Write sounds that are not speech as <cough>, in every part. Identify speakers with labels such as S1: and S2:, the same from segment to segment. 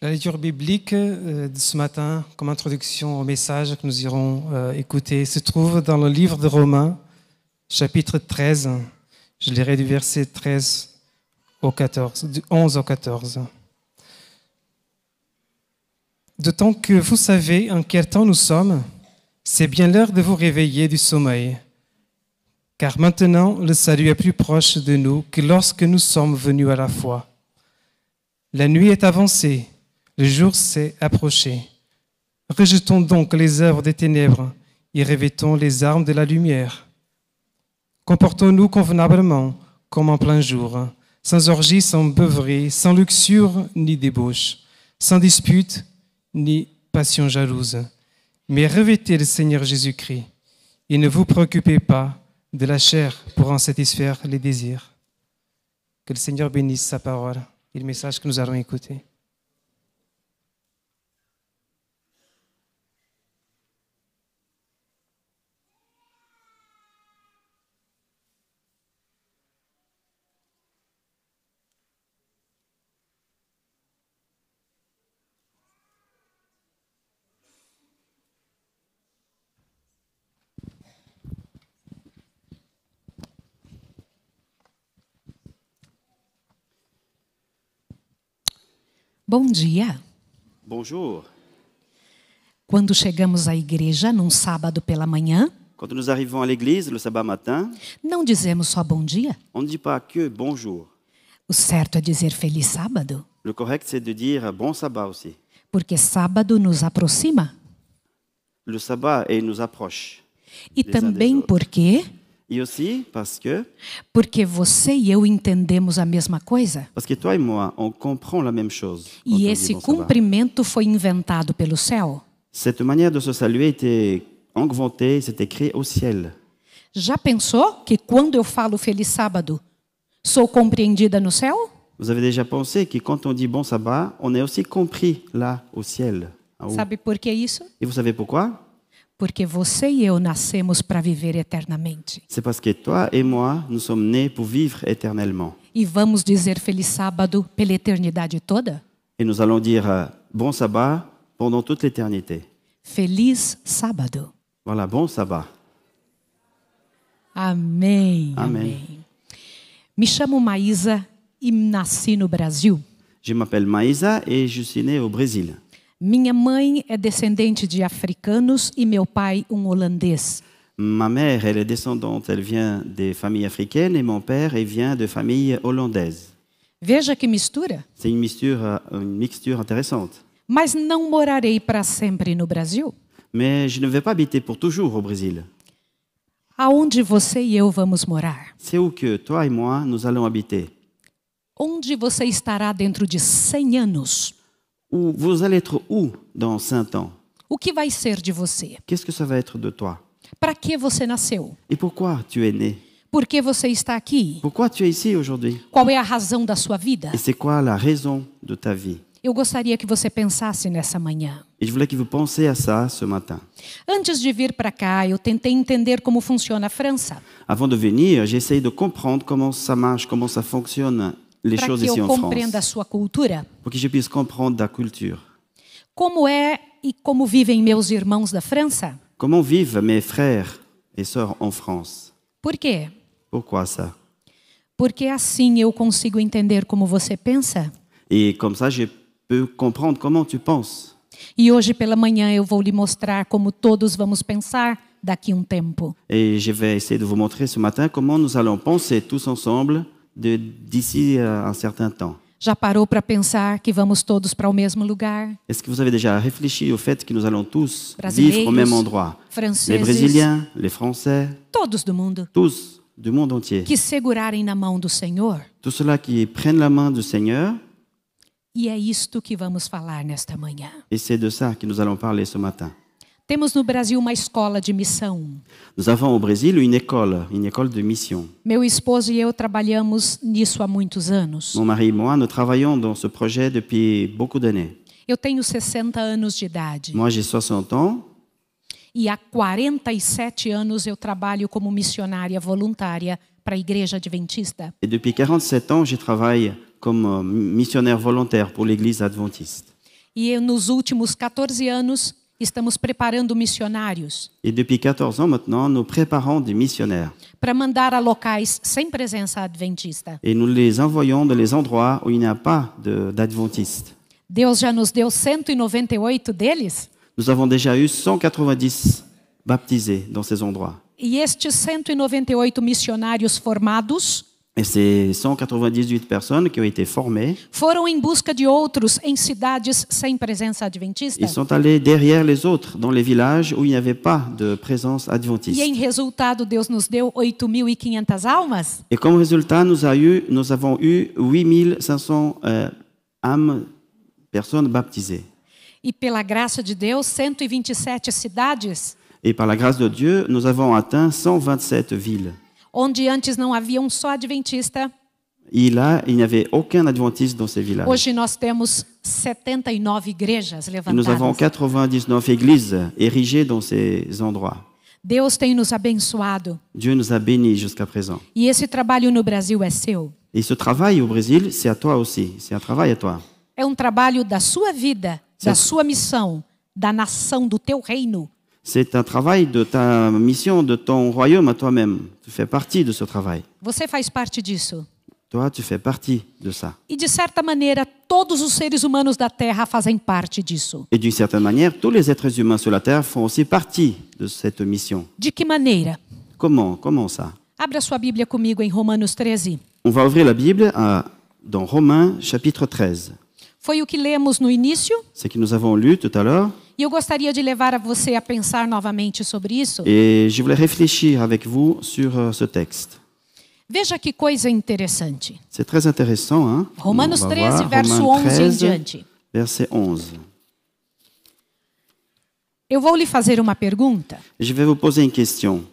S1: La lecture biblique euh, de ce matin, comme introduction au message que nous irons euh, écouter, se trouve dans le livre de Romains, chapitre 13. Je lirai du verset 13 au 14, du 11 au 14. D'autant que vous savez en quel temps nous sommes, c'est bien l'heure de vous réveiller du sommeil. Car maintenant, le salut est plus proche de nous que lorsque nous sommes venus à la foi. La nuit est avancée, le jour s'est approché. Rejetons donc les œuvres des ténèbres et revêtons les armes de la lumière. Comportons-nous convenablement, comme en plein jour, sans orgie, sans beuverie, sans luxure ni débauche, sans dispute ni passion jalouse. Mais revêtez le Seigneur Jésus-Christ et ne vous préoccupez pas de la chair pour en satisfaire les désirs. Que le Seigneur bénisse sa parole et le message que nous allons écouter.
S2: Bom dia.
S3: Bonjour.
S2: Quando chegamos à igreja num sábado pela manhã,
S3: Quand nous arrivons à l'église le sabbat matin,
S2: não dizemos só bom dia.
S3: on ne dit pas que bonjour.
S2: O certo é dizer feliz sábado,
S3: Le correct, c'est de dire bon sabbat aussi.
S2: porque sábado nos aproxima
S3: Le sabbat et nous approche.
S2: e
S3: Des uns
S2: também
S3: des
S2: por quê?
S3: Et aussi parce que,
S2: Porque você e eu entendemos a mesma coisa.
S3: parce que toi et moi, on comprend la même chose. quand on
S2: E
S3: dit
S2: esse
S3: bon sabbat.
S2: cumprimento foi inventado pelo céu.
S3: Cette manière de se saluer était inventée, c'est écrit au ciel.
S2: Já pensou que quando eu falo feliz sábado, sou compreendida no céu?
S3: Vous avez déjà pensé que quand on dit bon sabbat, on est aussi compris là, au ciel. en haut.
S2: Sabe por que isso?
S3: Et vous savez pourquoi
S2: Porque você e eu nascemos para viver eternamente.
S3: C'est parce que toi et moi, nous sommes nés pour vivre éternellement.
S2: E vamos dizer feliz sábado pela eternidade toda?
S3: Et nous allons dire euh, bon sabbat pendant toute l'éternité.
S2: Feliz sábado.
S3: Voilà, bon sabbat.
S2: Amém.
S3: Amém.
S2: Me chamo Maísa e nasci no Brasil.
S3: Je m'appelle Maïsa et je suis né au Brésil.
S2: Minha mãe é descendente de africanos e meu pai um holandês.
S3: Ma mère, elle est descendante, elle vient des familles africaines et mon père, il vient de familles hollandaises.
S2: Veja que mistura.
S3: C'est une mixture, euh, une mixture intéressante.
S2: Mas não morarei para sempre no Brasil.
S3: Mais je ne vais pas habiter pour toujours au Brésil.
S2: Aonde você e eu vamos morar?
S3: C'est où que toi et moi, nous allons habiter.
S2: Onde você estará dentro de 100 anos?
S3: Où vous allez être où dans cinq ans
S2: O que vai ser de você?
S3: Qu'est-ce que ça va être de toi
S2: Para que você nasceu?
S3: Et pourquoi tu es né
S2: Por que você está aqui?
S3: Pourquoi tu es ici aujourd'hui
S2: Qual é a razão da sua vida?
S3: Et c'est quoi la raison de ta vie
S2: Eu gostaria que você pensasse nessa manhã.
S3: Et je voulais que vous pensiez à ça ce matin.
S2: Antes de vir para cá, eu tentei entender como funciona a França,
S3: Avant de venir, j'ai essayé de comprendre comment ça marche, comment ça fonctionne, les
S2: para
S3: choses
S2: que
S3: ici
S2: eu
S3: en
S2: compreenda a
S3: France,
S2: sua cultura,
S3: pour que je puisse comprendre la culture.
S2: como é e como vivem meus irmãos da França.
S3: Comment vivent mes frères et sœurs en France
S2: Por quê?
S3: Pourquoi ça
S2: Porque assim eu consigo entender como você pensa.
S3: Et comme ça, je peux comprendre comment tu penses.
S2: E hoje pela manhã eu vou lhe mostrar como todos vamos pensar daqui um tempo.
S3: Et je vais essayer de vous montrer ce matin comment nous allons penser tous ensemble de- d'ici à un certain temps.
S2: Já parou para pensar que vamos todos para o mesmo lugar?
S3: Est-ce que vous avez déjà réfléchi au fait que nous allons tous
S2: Brasileiros,
S3: vivre au même endroit
S2: franceses,
S3: Les Brésiliens, les Français,
S2: todos do mundo,
S3: tous, du monde entier.
S2: que segurarem na mão do Senhor.
S3: Tous ceux-là qui prennent la main du Seigneur,
S2: E é isto que vamos falar nesta manhã.
S3: et c'est de ça que nous allons parler ce matin.
S2: Temos no Brasil uma escola de missão.
S3: Nous avons au Brésil une école, une école de mission.
S2: Meu esposo e eu trabalhamos nisso há muitos anos.
S3: Mon mari et moi, nous travaillons dans ce projet depuis beaucoup d'années.
S2: Eu tenho 60 anos de idade
S3: Moi, j'ai 60 ans
S2: e há 47 anos eu trabalho como missionária voluntária para a Igreja Adventista.
S3: et depuis 47 ans, je travaille comme euh, missionnaire volontaire pour l'Église adventiste.
S2: E eu, nos últimos 14 anos, estamos preparando missionários
S3: Et depuis 14 ans maintenant, nous préparons des missionnaires
S2: para mandar a locais sem presença adventista.
S3: et nous les envoyons dans les endroits où il n'y a pas de- d'adventistes.
S2: Deus já nos deu 198 deles,
S3: Nous avons déjà eu 190 baptisés dans ces endroits.
S2: e estes 198 missionários formados
S3: Et ces 198 personnes qui ont été formées,
S2: foram em busca de outros em cidades sem presença adventista.
S3: ils sont allés derrière les autres, dans les villages où il n'y avait pas de présence
S2: E em
S3: adventiste.
S2: resultado, Deus nos deu 8.500 almas.
S3: Et comme résultat, nous, a eu- nous avons eu 8500 euh, âmes, personnes baptisées.
S2: E pela graça de Deus, 127 cidades,
S3: Et par la grâce de Dieu, nous avons atteint 127 villes.
S2: onde antes não havia um só adventista,
S3: Et là, il n'y avait aucun adventiste dans ces villages.
S2: hoje nós temos 79 igrejas
S3: Et nous avons
S2: levantadas.
S3: 99 églises érigées dans ces endroits.
S2: Deus tem nos abençoado.
S3: Dieu nous a bénis jusqu'à présent.
S2: E esse trabalho no Brasil é seu.
S3: Et ce travail au Brésil, c'est à toi aussi. C'est un travail à toi.
S2: É um trabalho da sua vida, da
S3: Sim.
S2: sua missão, da nação, do teu reino.
S3: C'est un travail de ta mission, de ton royaume à toi-même. Tu fais partie de ce travail.
S2: Você faz parte disso.
S3: Toi, tu fais partie de ça.
S2: E, de certa maneira, todos os seres humanos da Terra fazem parte disso.
S3: Et d'une certaine manière, tous les êtres humains sur la Terre font aussi partie de cette mission.
S2: De que maneira?
S3: Comment Comment ça
S2: Abra sua Bíblia comigo em Romanos 13.
S3: On va ouvrir la Bible à- dans Romains chapitre 13.
S2: Foi o que lemos no início
S3: Ce que nous avons lu tout à l'heure.
S2: e eu gostaria de levar a você a pensar novamente sobre isso.
S3: Et je voulais réfléchir avec vous sur euh, ce texte.
S2: Veja que coisa interessante.
S3: C'est très intéressant. Hein
S2: Romanos
S3: On va
S2: 13,
S3: voir,
S2: verso
S3: Romains
S2: 11 em
S3: 13,
S2: diante.
S3: Verset 11.
S2: Eu vou lhe fazer uma pergunta.
S3: Je vais vous poser une question.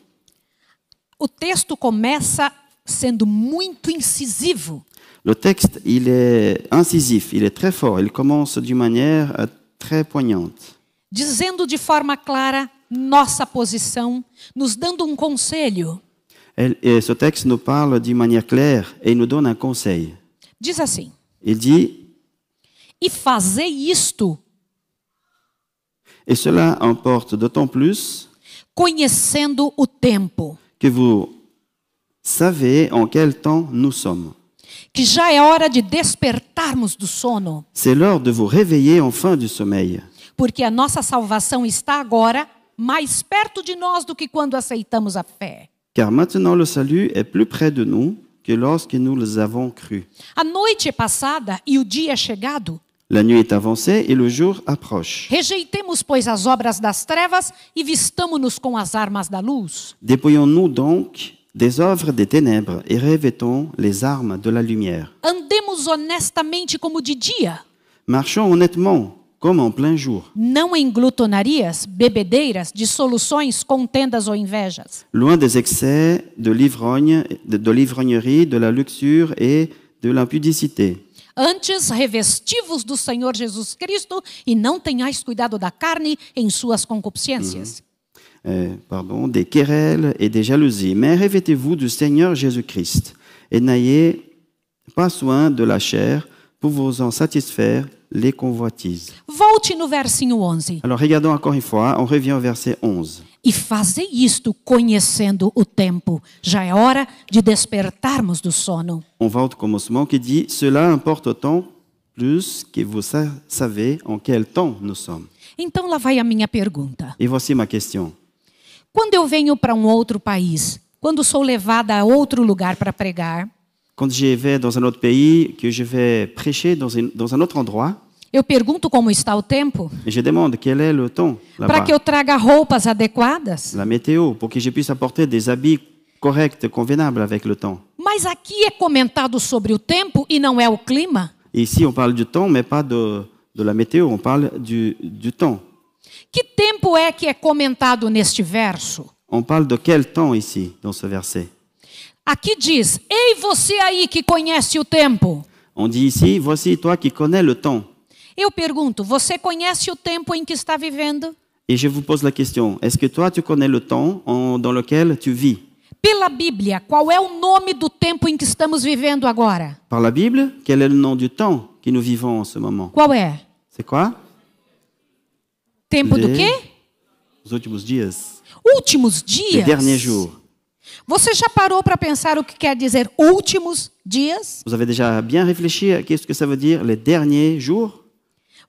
S2: O texto começa sendo muito incisivo.
S3: Le texte, il est incisif, il est très fort, il commence d'une manière euh, très poignante.
S2: dizendo de forma clara nossa posição, nos dando um conselho.
S3: Elle- et ce texte nous parle d'une manière claire et il nous donne un conseil.
S2: Diz assim:
S3: Il dit,
S2: E fazei isto,
S3: et cela importe d'autant plus
S2: conhecendo o tempo,
S3: que vous savez en quel temps nous sommes.
S2: que já é hora de despertarmos do sono,
S3: C'est l'heure de vous réveiller enfin du sommeil,
S2: porque a nossa salvação está agora mais perto de nós do que quando aceitamos a fé.
S3: car maintenant le salut est plus près de nous que lorsque nous les avons cru.
S2: A noite é passada e o dia é chegado.
S3: La nuit est avancée et le jour approche.
S2: Rejeitemos, pois, as obras das trevas e vistamo-nos com as armas da luz.
S3: Dépouillons-nous donc des œuvres des ténèbres et revêtons les armes de la lumière.
S2: Andemos honestamente como de dia,
S3: Marchons honnêtement, comme en plein jour,
S2: não em glutonarias, bebedeiras, dissoluções, contendas ou invejas,
S3: loin des excès de l'ivrogne, de, de l'ivrognerie, de la luxure et de l'impudicité.
S2: antes revestivos do Senhor Jesus Cristo e não tenhais cuidado da carne em suas concupiscências.
S3: euh, pardon, des querelles et des jalousies. Mais revêtez-vous du Seigneur Jésus-Christ et n'ayez pas soin de la chair pour vous en satisfaire les convoitises.
S2: Volte no versinho 11.
S3: Alors regardons encore une fois, on revient au verset 11.
S2: E fazei isto conhecendo o tempo. Já é hora de despertarmos do sono.
S3: on va au commencement qui dit Cela importe autant plus que vous sa- savez en quel temps nous sommes.
S2: Então lá vai a minha pergunta.
S3: Et voici ma question.
S2: Quando eu venho para um outro país, quando sou levada a outro lugar para pregar,
S3: Quand je vais dans un autre pays, que je vais prêcher dans, une- dans un autre endroit,
S2: Eu pergunto como está o tempo
S3: et je demande quel est le temps
S2: para
S3: là-bas,
S2: que eu traga roupas adequadas.
S3: la météo, pour que je puisse apporter des habits corrects, convenables avec le temps.
S2: Mas aqui é comentado sobre o tempo e não é o clima.
S3: Et ici, on parle du temps, mais pas de, de la météo, on parle du, du temps.
S2: Que tempo é que é comentado neste verso?
S3: On parle de quel temps ici, dans ce verset
S2: Aqui diz: Ei, você aí que conhece o tempo.
S3: On dit ici Voici toi qui connais le temps.
S2: Eu pergunto: você conhece o tempo em que está vivendo?
S3: Et je vous pose la question, est-ce que toi tu connais le temps en- dans lequel tu vis
S2: Pela Bíblia, qual é o nome do tempo em que estamos vivendo agora?
S3: Par la Bible, quel est le nom du temps que nous vivons en ce moment
S2: Qual é?
S3: C'est quoi
S2: Tempo do
S3: Les-
S2: quê?
S3: Os últimos dias,
S2: Últimos
S3: les
S2: dias.
S3: derniers jours.
S2: Você já parou para pensar o que quer dizer últimos dias?
S3: Vous avez déjà bien réfléchi à qu'est-ce que ça veut dire les derniers jours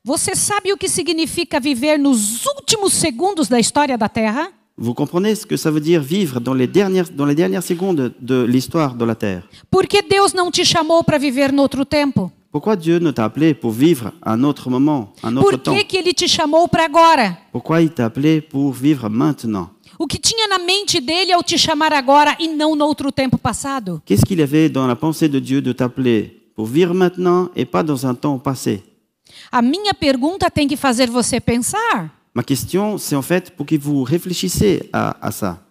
S2: Você sabe o que significa viver nos últimos segundos da história da Terra?
S3: Vous comprenez ce que ça veut dire vivre dans les dernières, dans les dernières secondes de l'histoire de la Terre
S2: Por que Deus não te chamou para viver noutro tempo?
S3: Pourquoi Dieu ne t'a appelé pour vivre un autre moment, un autre
S2: Por
S3: temps
S2: que, que Ele te chamou para agora?
S3: Pourquoi il t'a appelé pour vivre maintenant
S2: O que tinha na mente dele ao te chamar agora e não noutro tempo passado?
S3: Qu'est-ce qu'il y avait dans la pensée de Dieu de t'appeler pour vivre maintenant et pas dans un temps passé
S2: A minha pergunta tem que fazer você pensar.
S3: Ma question, c'est en fait pour que vous réfléchissiez à, à ça.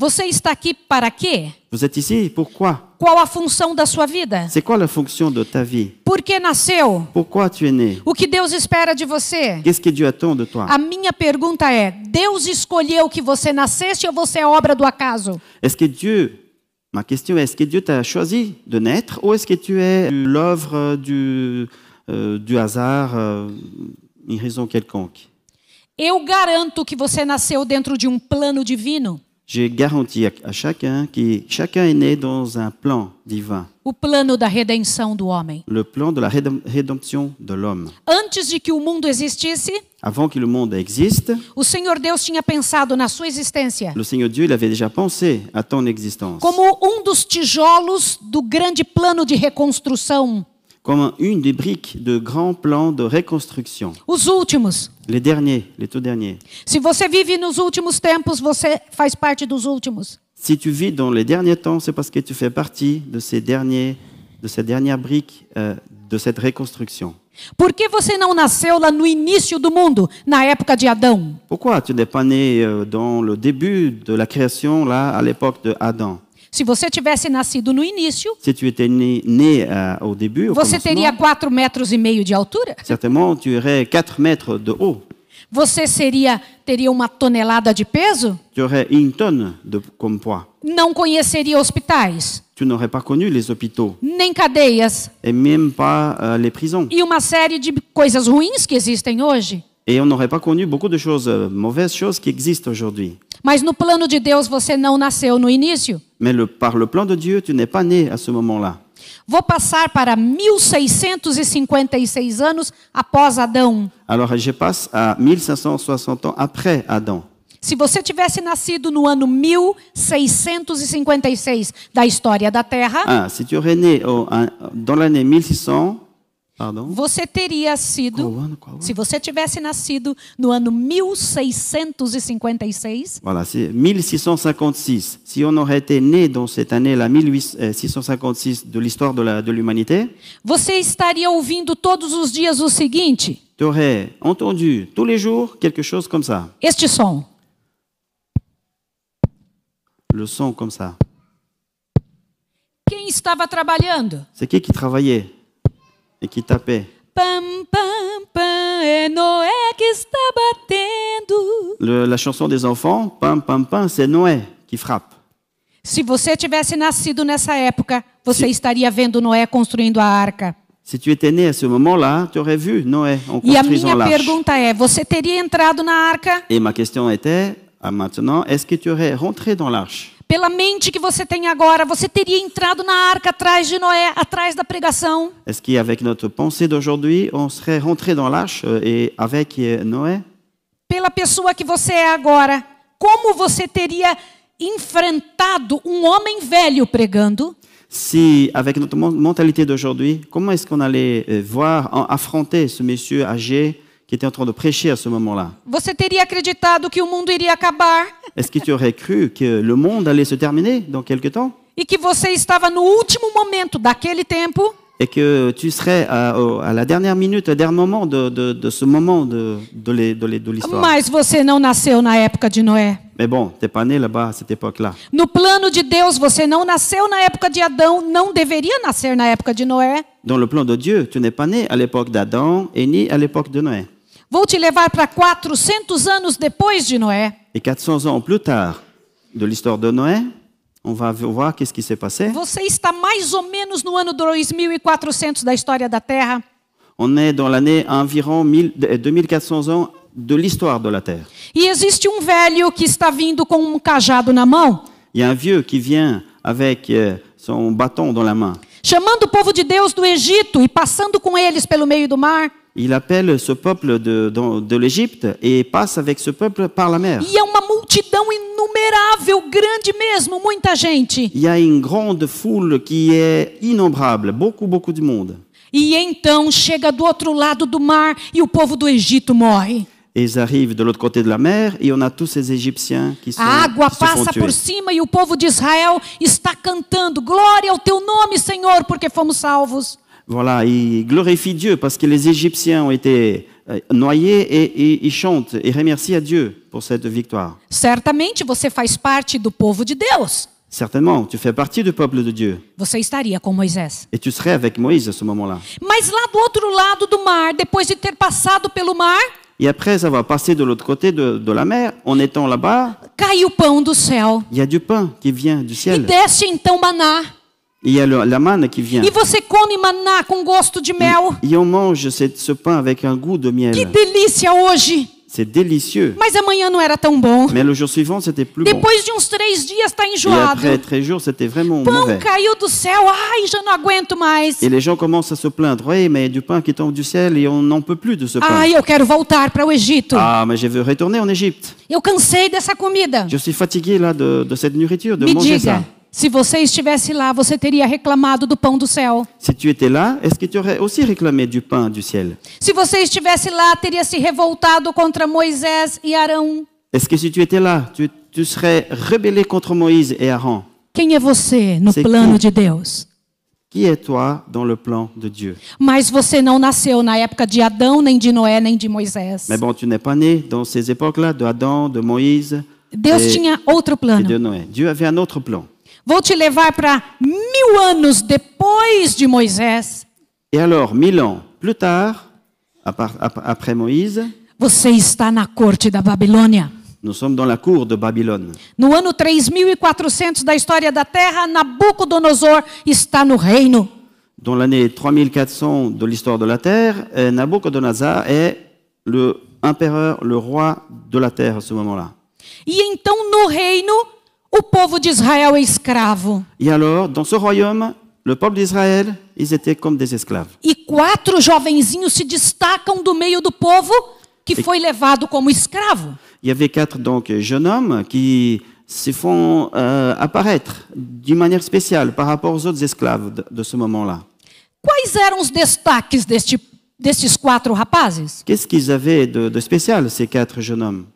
S2: Você está aqui para quê?
S3: Vous êtes ici, pourquoi
S2: Qual a função da sua vida?
S3: C'est quoi la fonction de ta vie
S2: Por que nasceu?
S3: Pourquoi tu es né
S2: O que Deus espera de você?
S3: Qu'est-ce que Dieu attend de toi
S2: A minha pergunta é: Deus escolheu que você nascesse ou você é obra do acaso?
S3: Est-ce que Dieu, ma question est, est-ce que Dieu t'a choisi de naître ou est-ce que tu es l'œuvre du, euh, du hasard, euh, une raison quelconque
S2: Eu garanto que você nasceu dentro de um plano divino.
S3: J'ai garanti à, à chacun que chacun est né dans un plan divin,
S2: O plano da redenção do homem.
S3: le plan de la rédem- rédemption de l'homme.
S2: Antes de que o mundo existisse,
S3: Avant que le monde existe,
S2: o Senhor Deus tinha pensado na sua existência
S3: le Seigneur Dieu il avait déjà pensé à ton existence
S2: como um dos tijolos do grande plano de reconstrução,
S3: comme une des briques de grand plan de reconstruction.
S2: os últimos.
S3: Les derniers, les tout derniers.
S2: Se você vive nos últimos tempos, você faz parte dos últimos.
S3: Si tu vis dans les derniers temps, c'est parce que tu fais partie de ces derniers, de ces dernières briques euh, de cette reconstruction.
S2: Por que você não nasceu lá no início do mundo, na época de Adão?
S3: Pourquoi tu n'es pas né euh, dans le début de la création, là, à l'époque de Adam
S2: Se você tivesse nascido no início,
S3: Si tu étais né, né, euh, au début, au
S2: você teria
S3: commencement,
S2: 4 metros e meio de altura?
S3: certainement tu aurais 4 mètres de haut,
S2: Você seria teria uma tonelada de peso?
S3: tu aurais une tonne de, comme poids.
S2: Não conheceria hospitais,
S3: Tu n'aurais pas connu les hôpitaux
S2: nem cadeias
S3: et même pas euh, les prisons.
S2: e uma série de coisas ruins que existem hoje.
S3: Et on n'aurait pas connu beaucoup de choses, euh, mauvaises choses qui existent aujourd'hui.
S2: Mas no plano de Deus você não nasceu no início.
S3: Mais le- par le plan de Dieu, tu n'es pas né à ce moment-là.
S2: Vou passar para 1656 anos após Adão.
S3: Alors je passe à 1560 ans après Adam.
S2: Se você tivesse nascido no ano 1656 da história da Terra,
S3: Ah, si tu aurais né au- un- dans l'année 1600, pardon,
S2: você teria
S3: Quoi,
S2: sido.
S3: one, quoi, one?
S2: Se você tivesse nascido no ano 1656,
S3: voilà, c'est 1656. Si on aurait été né dans cette année-là, euh, 1656 de l'histoire de la- de l'humanité,
S2: você estaria ouvindo todos os dias o seguinte:
S3: tu aurais entendu tous les jours quelque chose comme ça,
S2: este som.
S3: le son comme ça.
S2: Quem estava trabalhando?
S3: C'est qui qui travaillait et qui tapait
S2: Pam, pam, pam, é Noé que está batendo.
S3: Le- La chanson des enfants, pam pam pam, c'est Noé qui frappe.
S2: Se você tivesse nascido nessa época, você estaria vendo Noé construindo a arca.
S3: Si tu étais né à ce moment-là, tu aurais vu Noé en
S2: E a
S3: construisant
S2: minha
S3: l'arche.
S2: pergunta é: você teria entrado na arca
S3: Et ma question était, à maintenant, est-ce que tu aurais rentré dans l'arche
S2: pela mente que você tem agora? Você teria entrado na arca atrás de Noé, atrás da pregação?
S3: Est-ce qu'avec notre pensée d'aujourd'hui, on serait rentré dans l'arche euh, et avec euh, Noé
S2: Pela pessoa que você é agora? Como você teria enfrentado um homem velho pregando?
S3: Si, avec notre mon- mentalité d'aujourd'hui, comment est-ce qu'on allait euh, voir, en- affronter ce monsieur âgé qui était en train de prêcher à ce moment-là
S2: Você teria acreditado que o mundo iria acabar
S3: Est-ce que tu aurais cru que le monde allait se terminer dans quelques temps
S2: e que você estava no último momento daquele tempo
S3: et que tu serais à, au- à la dernière minute, au dernier moment de, de- de ce moment de, de l'é- de l'é- de l'histoire
S2: Mas você não nasceu na época de Noé.
S3: Mais bon, t'es pas né là-bas à cette époque-là.
S2: No plano de Deus, você não nasceu na época de Adão, não deveria nascer na época de Noé.
S3: Dans le plan de Dieu, tu n'es pas né à l'époque d'Adam et ni à l'époque de Noé.
S2: Vou te levar para 400 anos depois de Noé.
S3: Et 400 ans plus tard de l'histoire de Noé, on va voir qu'est-ce qui s'est passé.
S2: Você está mais ou menos no ano 2400 da história da Terra.
S3: On est dans l'année environ 1000 de- 2400 ans de l'histoire de la terre.
S2: E existe um velho que está vindo com um cajado na mão,
S3: Il y a un vieux qui vient avec euh, son bâton dans la main.
S2: chamando o povo de Deus do Egito e passando com eles pelo meio do mar.
S3: Il appelle ce peuple de, dans- de l'Égypte et passe avec ce peuple par la mer.
S2: E é uma multidão inumerável, grande mesmo, muita gente.
S3: Il y a une grande foule qui est innombrable, beaucoup, beaucoup de monde.
S2: E então chega do outro lado do mar e o povo do Egito morre.
S3: Et ils arrivent de l'autre côté de la mer et on a tous ces Égyptiens qui sont,
S2: A água
S3: qui se font
S2: passa
S3: tuer.
S2: por cima e o povo de Israel está cantando: Glória ao teu nome, Senhor, porque fomos salvos.
S3: Voilà, ils glorifient Dieu parce que les Égyptiens ont été euh, noyés et, et ils chantent et remercient à Dieu pour cette victoire.
S2: Certamente você faz parte do povo de Deus.
S3: Certainement, tu fais partie du peuple de Dieu
S2: Você estaria com Moisés.
S3: et tu serais avec Moïse à ce moment-là.
S2: Mas lá do outro lado do mar, depois de ter passado pelo mar,
S3: Et après avoir passé de l'autre côté de, de la mer, en étant là-bas,
S2: cai o pão do céu.
S3: il y a du pain qui vient du
S2: E
S3: ciel.
S2: desce então maná.
S3: Il y a le- la manne qui vient.
S2: E você come maná com gosto de mel.
S3: Et on mange cette- ce pain avec un goût de
S2: Que
S3: miel.
S2: delícia hoje!
S3: C'est délicieux.
S2: Mas amanhã não era tão bom.
S3: Mais le jour suivant, c'était plus bon.
S2: Depois de uns três dias está
S3: Et
S2: enjoado.
S3: après 13 jours, c'était vraiment
S2: Pão
S3: mauvais.
S2: caiu do céu, ai, já não aguento mais.
S3: Et les gens commencent à se plaindre. Oui, mais il y a du pain qui tombe du ciel et on n'en peut plus de ce pain.
S2: Ai, eu quero voltar para o Egito.
S3: Ah, mais je veux retourner en Égypte.
S2: Eu cansei dessa comida.
S3: Je suis fatigué là de, de cette nourriture, de
S2: Me
S3: manger ça.
S2: diga, se você estivesse lá, você teria reclamado do pão do céu.
S3: Si tu étais là, est-ce que tu aurais aussi réclamé du pain du ciel
S2: Se você estivesse lá, teria se revoltado contra Moisés e Arão.
S3: Est-ce que si tu étais là, tu, tu serais rebellé contre Moïse et Aaron
S2: Quem é você no
S3: Sei
S2: plano de
S3: que-
S2: Deus?
S3: Qui es toi dans le plan de Dieu
S2: Mas você não nasceu na época de Adão, nem de Noé, nem de Moisés.
S3: Mais bon, tu n'es pas né dans ces époques-là, de Adam, de Moïse
S2: Deus
S3: et,
S2: tinha outro
S3: et
S2: plano.
S3: de Noé. Dieu avait un autre plan.
S2: Vou te levar para mil anos depois de Moisés.
S3: Et alors, mille ans plus tard, à part- ap- après Moïse,
S2: Você está na corte da Babilônia.
S3: nous sommes dans la cour de Babylone.
S2: No ano 3400 da história da Terra, Nabucodonosor está no reino.
S3: Dans l'année 3400 de l'histoire de la Terre, euh, Nabucodonosor est le empereur, le roi de la Terre à ce moment-là.
S2: E então, no reino, o povo de Israel é escravo.
S3: Et alors, dans ce royaume, le peuple d'Israël, ils étaient comme des esclaves.
S2: E quatro jovenzinhos se destacam do meio do povo que foi levado como escravo.
S3: Il y avait quatre donc jeunes hommes qui se font euh, apparaître d'une manière spéciale par rapport aux autres esclaves de, de ce moment-là.
S2: Quais eram os destaques deste, destes quatro rapazes?
S3: Qu'est-ce qu'ils avaient de, de spécial, ces quatre jeunes hommes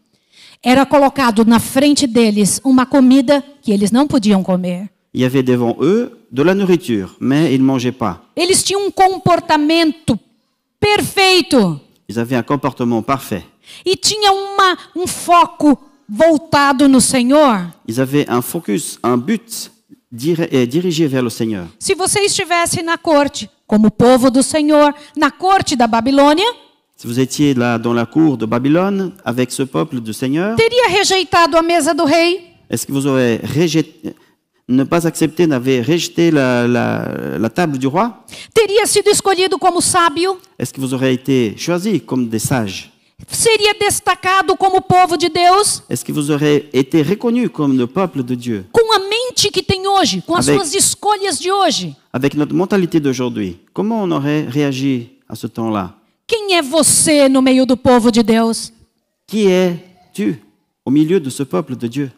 S2: Era colocado na frente deles uma comida que eles não podiam comer.
S3: Il y avait devant eux de la nourriture, mais ils ne mangeaient pas.
S2: Eles tinham um comportamento perfeito
S3: Ils avaient un comportement parfait.
S2: e tinha uma, um foco voltado no Senhor.
S3: Ils avaient un focus, un but dir- euh, dirigé vers le Seigneur.
S2: Se você estivesse na corte, como povo do Senhor, na corte da Babilônia,
S3: Si vous étiez là dans la cour de Babylone avec ce peuple du Seigneur,
S2: teria rejeitado a mesa do rei,
S3: Est-ce que vous aurez rejeté, ne pas accepté, n'avez rejeté la, la- la table du roi
S2: teria sido escolhido como sábio,
S3: Est-ce que vous aurez été choisi comme des sages
S2: seria destacado como povo de Deus,
S3: Est-ce que vous aurez été reconnu comme le peuple de Dieu
S2: com a mente que tem hoje, com as
S3: Amém.
S2: suas escolhas de hoje.
S3: Avec notre mentalité d'aujourd'hui, comment on aurait réagi à ce temps-là
S2: Quem é você no meio do povo de Deus?
S3: Qui es-tu au milieu de ce peuple de Dieu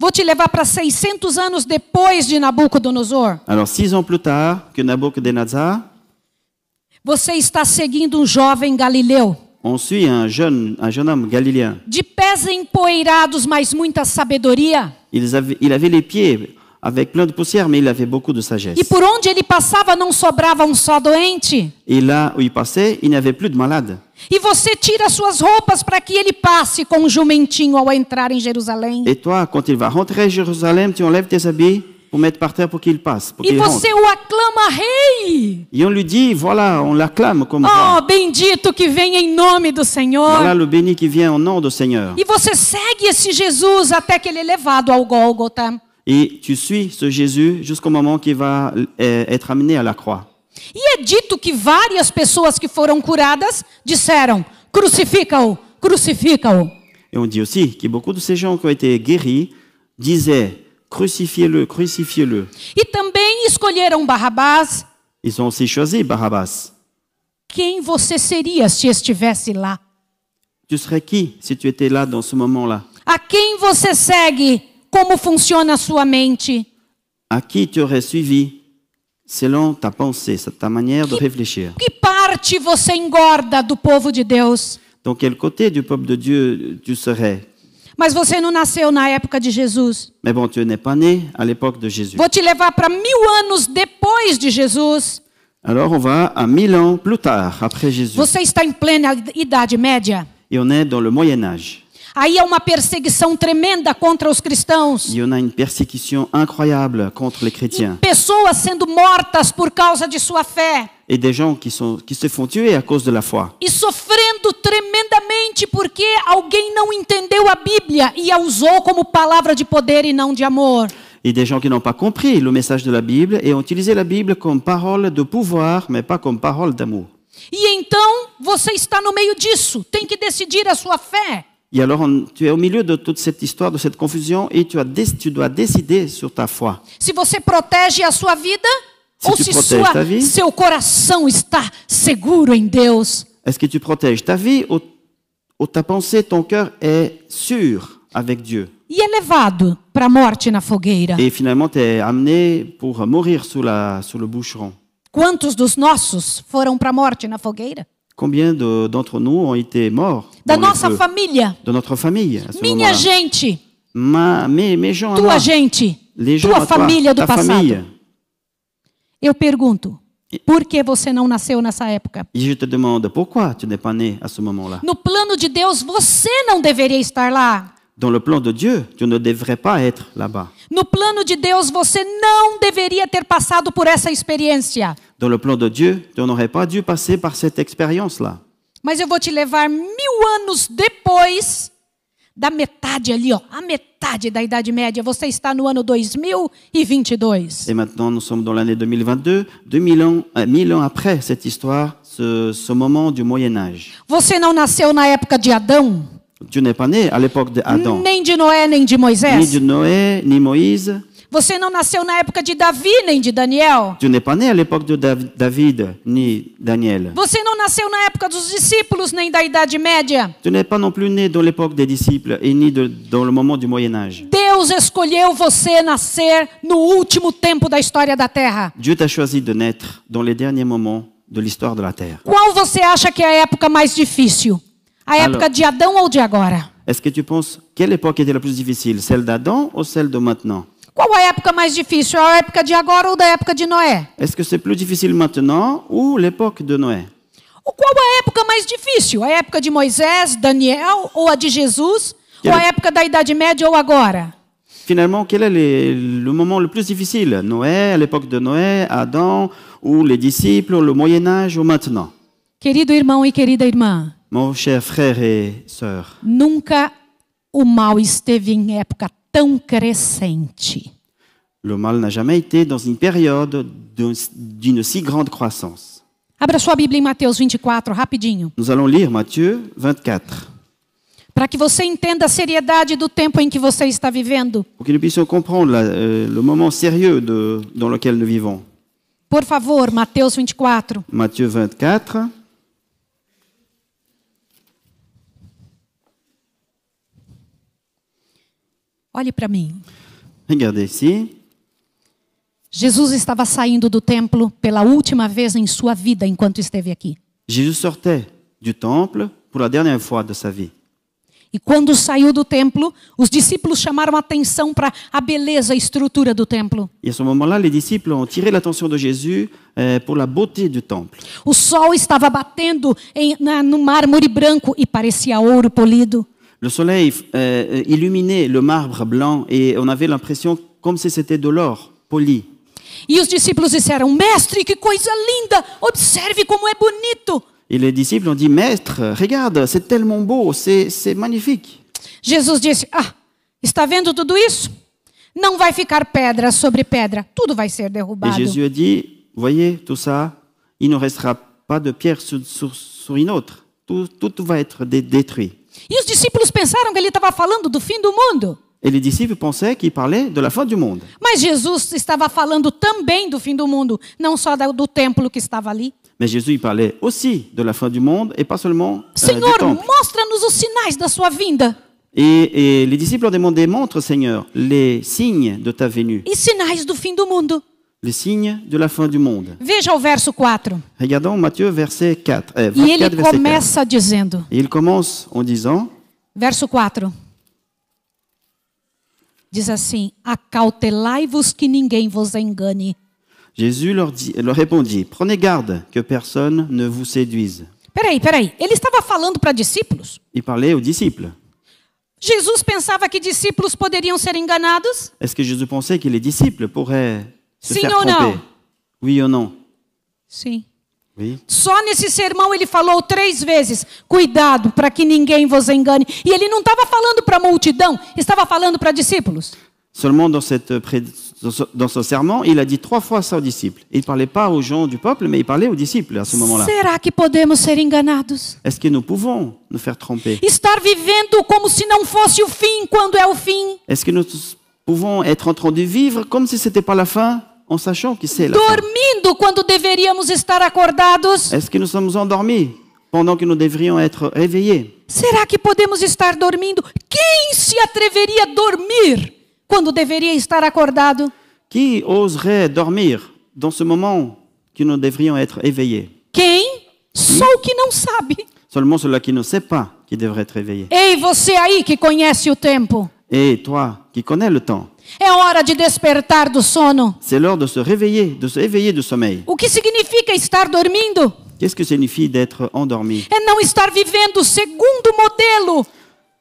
S2: Vou te levar para 600 anos depois de Nabucodonosor.
S3: Alors, six ans plus tard que Nabucodonosor,
S2: Você está seguindo um jovem galileu,
S3: on suit un jeune, un jeune homme galiléen.
S2: de pés empoeirados, mas muita sabedoria.
S3: Ils avaient- il avait les pieds avec plein de poussière, mais il avait beaucoup de sagesse.
S2: E por onde ele passava não sobrava um só doente.
S3: Et là où il passait, il n'y avait plus de malades.
S2: E você tira suas roupas para que ele passe com um jumentinho ao entrar em Jerusalém.
S3: Et toi, quand il va rentrer à Jérusalem, tu enlèves tes habits pour mettre par terre pour qu'il passe, pour
S2: E
S3: qu'il rentre.
S2: você o aclama rei.
S3: Et on lui dit, voilà, on l'acclame comme roi.
S2: Oh, bendito que vem em nome do
S3: Voilà
S2: Senhor.
S3: le béni qui vient au nom du Seigneur.
S2: E você segue esse Jesus até que ele é levado ao Gólgota.
S3: Et tu suis ce Jésus jusqu'au moment qu'il va euh, être amené à la croix.
S2: E é dito que várias pessoas que foram curadas disseram: crucifica-o, crucifica-o.
S3: Et on dit aussi que beaucoup de ces gens qui ont été guéris disaient crucifiez-le, crucifiez-le.
S2: E também escolheram Barrabás,
S3: Ils ont aussi choisi Barabbas.
S2: quem você seria se estivesse lá?
S3: Tu serais qui si tu étais là dans ce moment-là
S2: A quem você segue? Como funciona a sua mente?
S3: À qui tu aurais suivi selon ta pensée, ta manière de réfléchir
S2: Que parte você engorda do povo de Deus?
S3: Dans quel côté du peuple de Dieu tu serais
S2: Mas você não nasceu na época de Jesus.
S3: Mais bon, tu n'es pas né à l'époque de Jésus.
S2: Vou te levar para mil anos depois de Jesus.
S3: Alors on va à mille ans plus tard, après Jésus.
S2: Você está em plena Idade Média.
S3: Et on est dans le Moyen Âge.
S2: Aí há uma perseguição tremenda contra os cristãos.
S3: Il y en a une persécution incroyable contre les chrétiens.
S2: Pessoas sendo mortas por causa de sua fé.
S3: Et des gens qui, sont, qui se font tuer à cause de la foi.
S2: E sofrendo tremendamente porque alguém não entendeu a Bíblia e a usou como palavra de poder e não de amor.
S3: Et des gens qui n'ont pas compris le message de la Bible et ont utilisé la Bible comme parole de pouvoir, mais pas comme parole d'amour.
S2: E então você está no meio disso. Tem que decidir a sua fé.
S3: Et alors on- tu es au milieu de toute cette histoire, de cette confusion, et tu, as dé- tu dois décider sur ta foi.
S2: Se você protege a sua vida
S3: Se
S2: ou
S3: tu
S2: se
S3: protege
S2: sua-
S3: tua vida.
S2: seu coração está seguro em Deus.
S3: Est-ce que tu protèges ta vie ou, ou ta pensée, ton cœur est sûr avec Dieu
S2: E é levado para a morte na fogueira.
S3: Et finalement, tu es amené pour mourir sous, la, sous le boucheron.
S2: Quantos dos nossos foram para a morte na fogueira?
S3: Combien de- d'entre nous ont été morts
S2: Da
S3: dans le
S2: nossa
S3: feu
S2: família.
S3: De notre famille. à ce
S2: Minha
S3: moment-là.
S2: gente,
S3: Ma- mes, mes gens, à moi.
S2: tua gente,
S3: les gens,
S2: tua
S3: à toi,
S2: família do
S3: ta
S2: passado.
S3: famille.
S2: Eu pergunto, por que você não nasceu nessa época?
S3: Et je te demande pourquoi tu n'es pas né à ce moment-là.
S2: No plano de Deus, você não deveria estar lá.
S3: Dans le plan de Dieu, tu ne devrais pas être là-bas.
S2: No plano de Deus, você não deveria ter passado por essa experiência.
S3: Dans le plan de Dieu, tu n'aurais pas dû passer par cette expérience-là.
S2: Mas eu vou te levar mil anos depois da metade ali, ó, a metade da Idade Média. Você está no ano 2022.
S3: Et maintenant, nous sommes dans l'année 2022, 2000 ans, euh, 1000 ans après cette histoire, ce, ce moment du Moyen Âge.
S2: Você não nasceu na época de Adão,
S3: Tu n'es pas né à l'époque d'Adam,
S2: nem de Noé, nem de
S3: ni de
S2: Moisés.
S3: Noé, ni Moïse.
S2: Você não nasceu na época de Davi, nem de Daniel.
S3: Tu n'es pas né à l'époque de Dav- David, ni Daniel.
S2: Você não nasceu na época dos discípulos, nem da Idade Média.
S3: Tu n'es pas non plus né dans l'époque des disciples et ni de- dans le moment du Moyen Âge.
S2: Deus escolheu você nascer no último tempo da história da Terra.
S3: Dieu t'a choisi de naître dans les derniers moments de l'histoire de la Terre.
S2: Qual você acha que é a época mais difícil? A
S3: Alô.
S2: época de Adão ou de agora?
S3: Est-ce que tu penses quelle époque était la plus difficile, celle d'Adam ou celle de maintenant
S2: Qual a época mais difícil? É A época de agora ou da época de Noé?
S3: Est-ce que c'est plus difficile maintenant ou l'époque de Noé
S2: Ou qual a época mais difícil? A época de Moisés, Daniel ou a de Jesus? Ou a
S3: Quero-
S2: época da Idade Média ou agora?
S3: Finalement, quel est les- le moment le plus difficile Noé, à l'époque de Noé, Adam, ou les disciples, ou le Moyen Âge, ou maintenant
S2: Querido irmão e querida irmã,
S3: Mon cher frère et sœur,
S2: nunca o mal esteve em época tão crescente.
S3: le mal n'a jamais été dans une période d'un- d'une si grande croissance.
S2: Abra sua Bíblia em Mateus 24, rapidinho,
S3: Nous allons lire Matthieu 24,
S2: para que você entenda a seriedade do tempo em que você está vivendo.
S3: pour que nous puissions comprendre la- euh, le moment sérieux de- dans lequel nous vivons.
S2: Por favor, Mateus 24.
S3: Matthieu 24,
S2: Olhe para mim.
S3: regardez ici.
S2: Jesus estava saindo do templo pela última vez em sua vida enquanto esteve aqui.
S3: Jésus sortait du temple pour la dernière fois de sa vie.
S2: E quando saiu do templo, os discípulos chamaram a atenção para a beleza e estrutura do templo.
S3: Et à ce moment-là, les disciples ont tiré l'attention de Jésus euh, pour la beauté du temple.
S2: O sol estava batendo em- na- no mármore branco e parecia ouro polido.
S3: Le soleil euh, illuminait le marbre blanc et on avait l'impression comme si c'était de l'or poli.
S2: E os discípulos disseram: Mestre, que coisa linda! Observe como é bonito!
S3: Et les disciples ont dit, Maître, regarde, c'est tellement beau, c'est c'est magnifique.
S2: Jesus disse: Ah, está vendo tudo isso? Não vai ficar pedra sobre pedra, tudo vai ser
S3: Et
S2: derrubado.
S3: Jésus a dit, voyez tout ça, il ne restera pas de pierre sur, sur- sur une autre. Tout, tout va être dé- détruit.
S2: E os discípulos pensaram que ele estava falando do fim do mundo.
S3: Et les disciples pensaient qu'il parlait de la fin du monde.
S2: Mas Jesus estava falando também do fim do mundo, não só da- do templo que estava ali.
S3: Mais Jésus, il parlait aussi de la fin du monde et pas seulement euh, du
S2: Senhor,
S3: temple.
S2: mostra-nos os sinais da sua vinda.
S3: Et, et les disciples ont demandé, montre Seigneur les signes de ta venue,
S2: E sinais do fim do mundo.
S3: les signes de la fin du monde.
S2: Veja o verso 4.
S3: Regardons Matthieu verset 4. euh,
S2: E
S3: 24,
S2: ele
S3: verset 4.
S2: começa dizendo,
S3: Et il commence en disant,
S2: verso 4. Diz assim: Acautelai-vos que ninguém vos engane.
S3: Jésus leur, dit- leur répondit, prenez garde que personne ne vous séduise.
S2: Peraí, peraí. Ele estava falando para discípulos?
S3: Il parlait aux disciples.
S2: Jesus pensava que discípulos poderiam ser enganados?
S3: Est-ce que Jésus pensait que les disciples pourraient se
S2: Sim
S3: faire
S2: ou não?
S3: tromper Oui ou non
S2: Sim.
S3: Oui.
S2: Só nesse sermão ele falou três vezes: cuidado para que ninguém vos engane. E ele não estava falando para a multidão, estava falando para discípulos.
S3: Seulement dans, cette pré- dans ce- dans ce serment, il a dit trois fois ça aux disciples. Il ne parlait pas aux gens du peuple, mais il parlait aux disciples à ce moment-là.
S2: Será que podemos ser enganados?
S3: Est-ce que nous pouvons nous faire tromper
S2: Estar vivendo como se não fosse o fim quando é o fim?
S3: Est-ce que nous pouvons être en train de vivre comme si ce n'était pas la fin, en sachant que c'est la fin
S2: Dormindo quando deveríamos estar acordados?
S3: Est-ce que nous sommes endormis pendant que nous devrions être réveillés
S2: Será que podemos estar dormindo? Quem se atreveria a dormir quando deveria estar acordado?
S3: Qui oserait dormir dans ce moment que nous devrions être éveillés
S2: Quem? Só o que não sabe.
S3: Seulement celui qui ne sait pas qui devrait être réveillé.
S2: Ei, você aí que conhece o tempo.
S3: Et toi, qui connais le temps,
S2: É hora de despertar do sono.
S3: c'est l'heure de se réveiller, de se éveiller du sommeil.
S2: O que significa estar dormindo?
S3: Qu'est-ce que signifie d'être endormi
S2: É não estar vivendo o segundo modelo.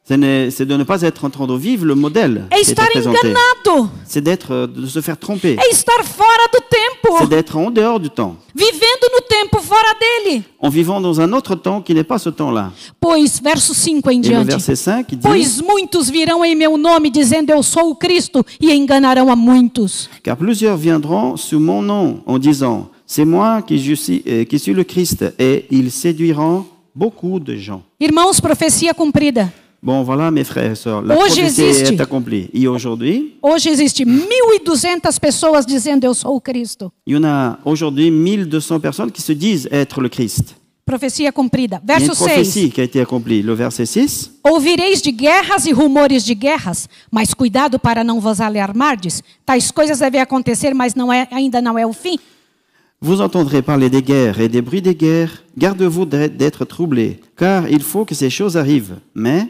S3: Ce n'est- C'est de ne pas être en train de vivre le modèle
S2: É
S3: qui était
S2: estar
S3: présenté.
S2: enganado.
S3: C'est d'être, euh, de se faire tromper.
S2: É estar fora do
S3: C'est
S2: tempo.
S3: d'être en dehors du temps,
S2: Vivendo no tempo fora dele.
S3: en vivant dans un autre temps qui n'est pas ce temps-là.
S2: Pois, verso 5 em
S3: Et le
S2: diante.
S3: verset 5 il dit
S2: Pois muitos virão em meu nome dizendo eu sou o Cristo e enganarão a muitos.
S3: Car plusieurs viendront sous mon nom en disant C'est moi qui, je suis, euh, qui suis le Christ, et ils séduiront beaucoup de gens.
S2: Irmãos, profecia cumprida.
S3: Bon, voilà mes frères et sœurs, la
S2: Oh,
S3: prophétie
S2: Jésus.
S3: est accomplie. Et aujourd'hui,
S2: Hoje existe 1.200 pessoas dizendo eu sou o Cristo.
S3: il y en a aujourd'hui 1200 personnes qui se disent être le Christ.
S2: Profecia cumprida.
S3: Il y a une
S2: Verso 6.
S3: prophétie qui a été accomplie. Le verset 6
S2: Ouvireis de guerras e rumores de guerras, mas cuidado para não vos alarmardes. Tais coisas devem acontecer, mas não é- ainda não é o fim.
S3: Vous entendrez parler des guerres et des bruits des guerres. Gardez-vous d'être d'être troublés, car il faut que ces choses arrivent. Mais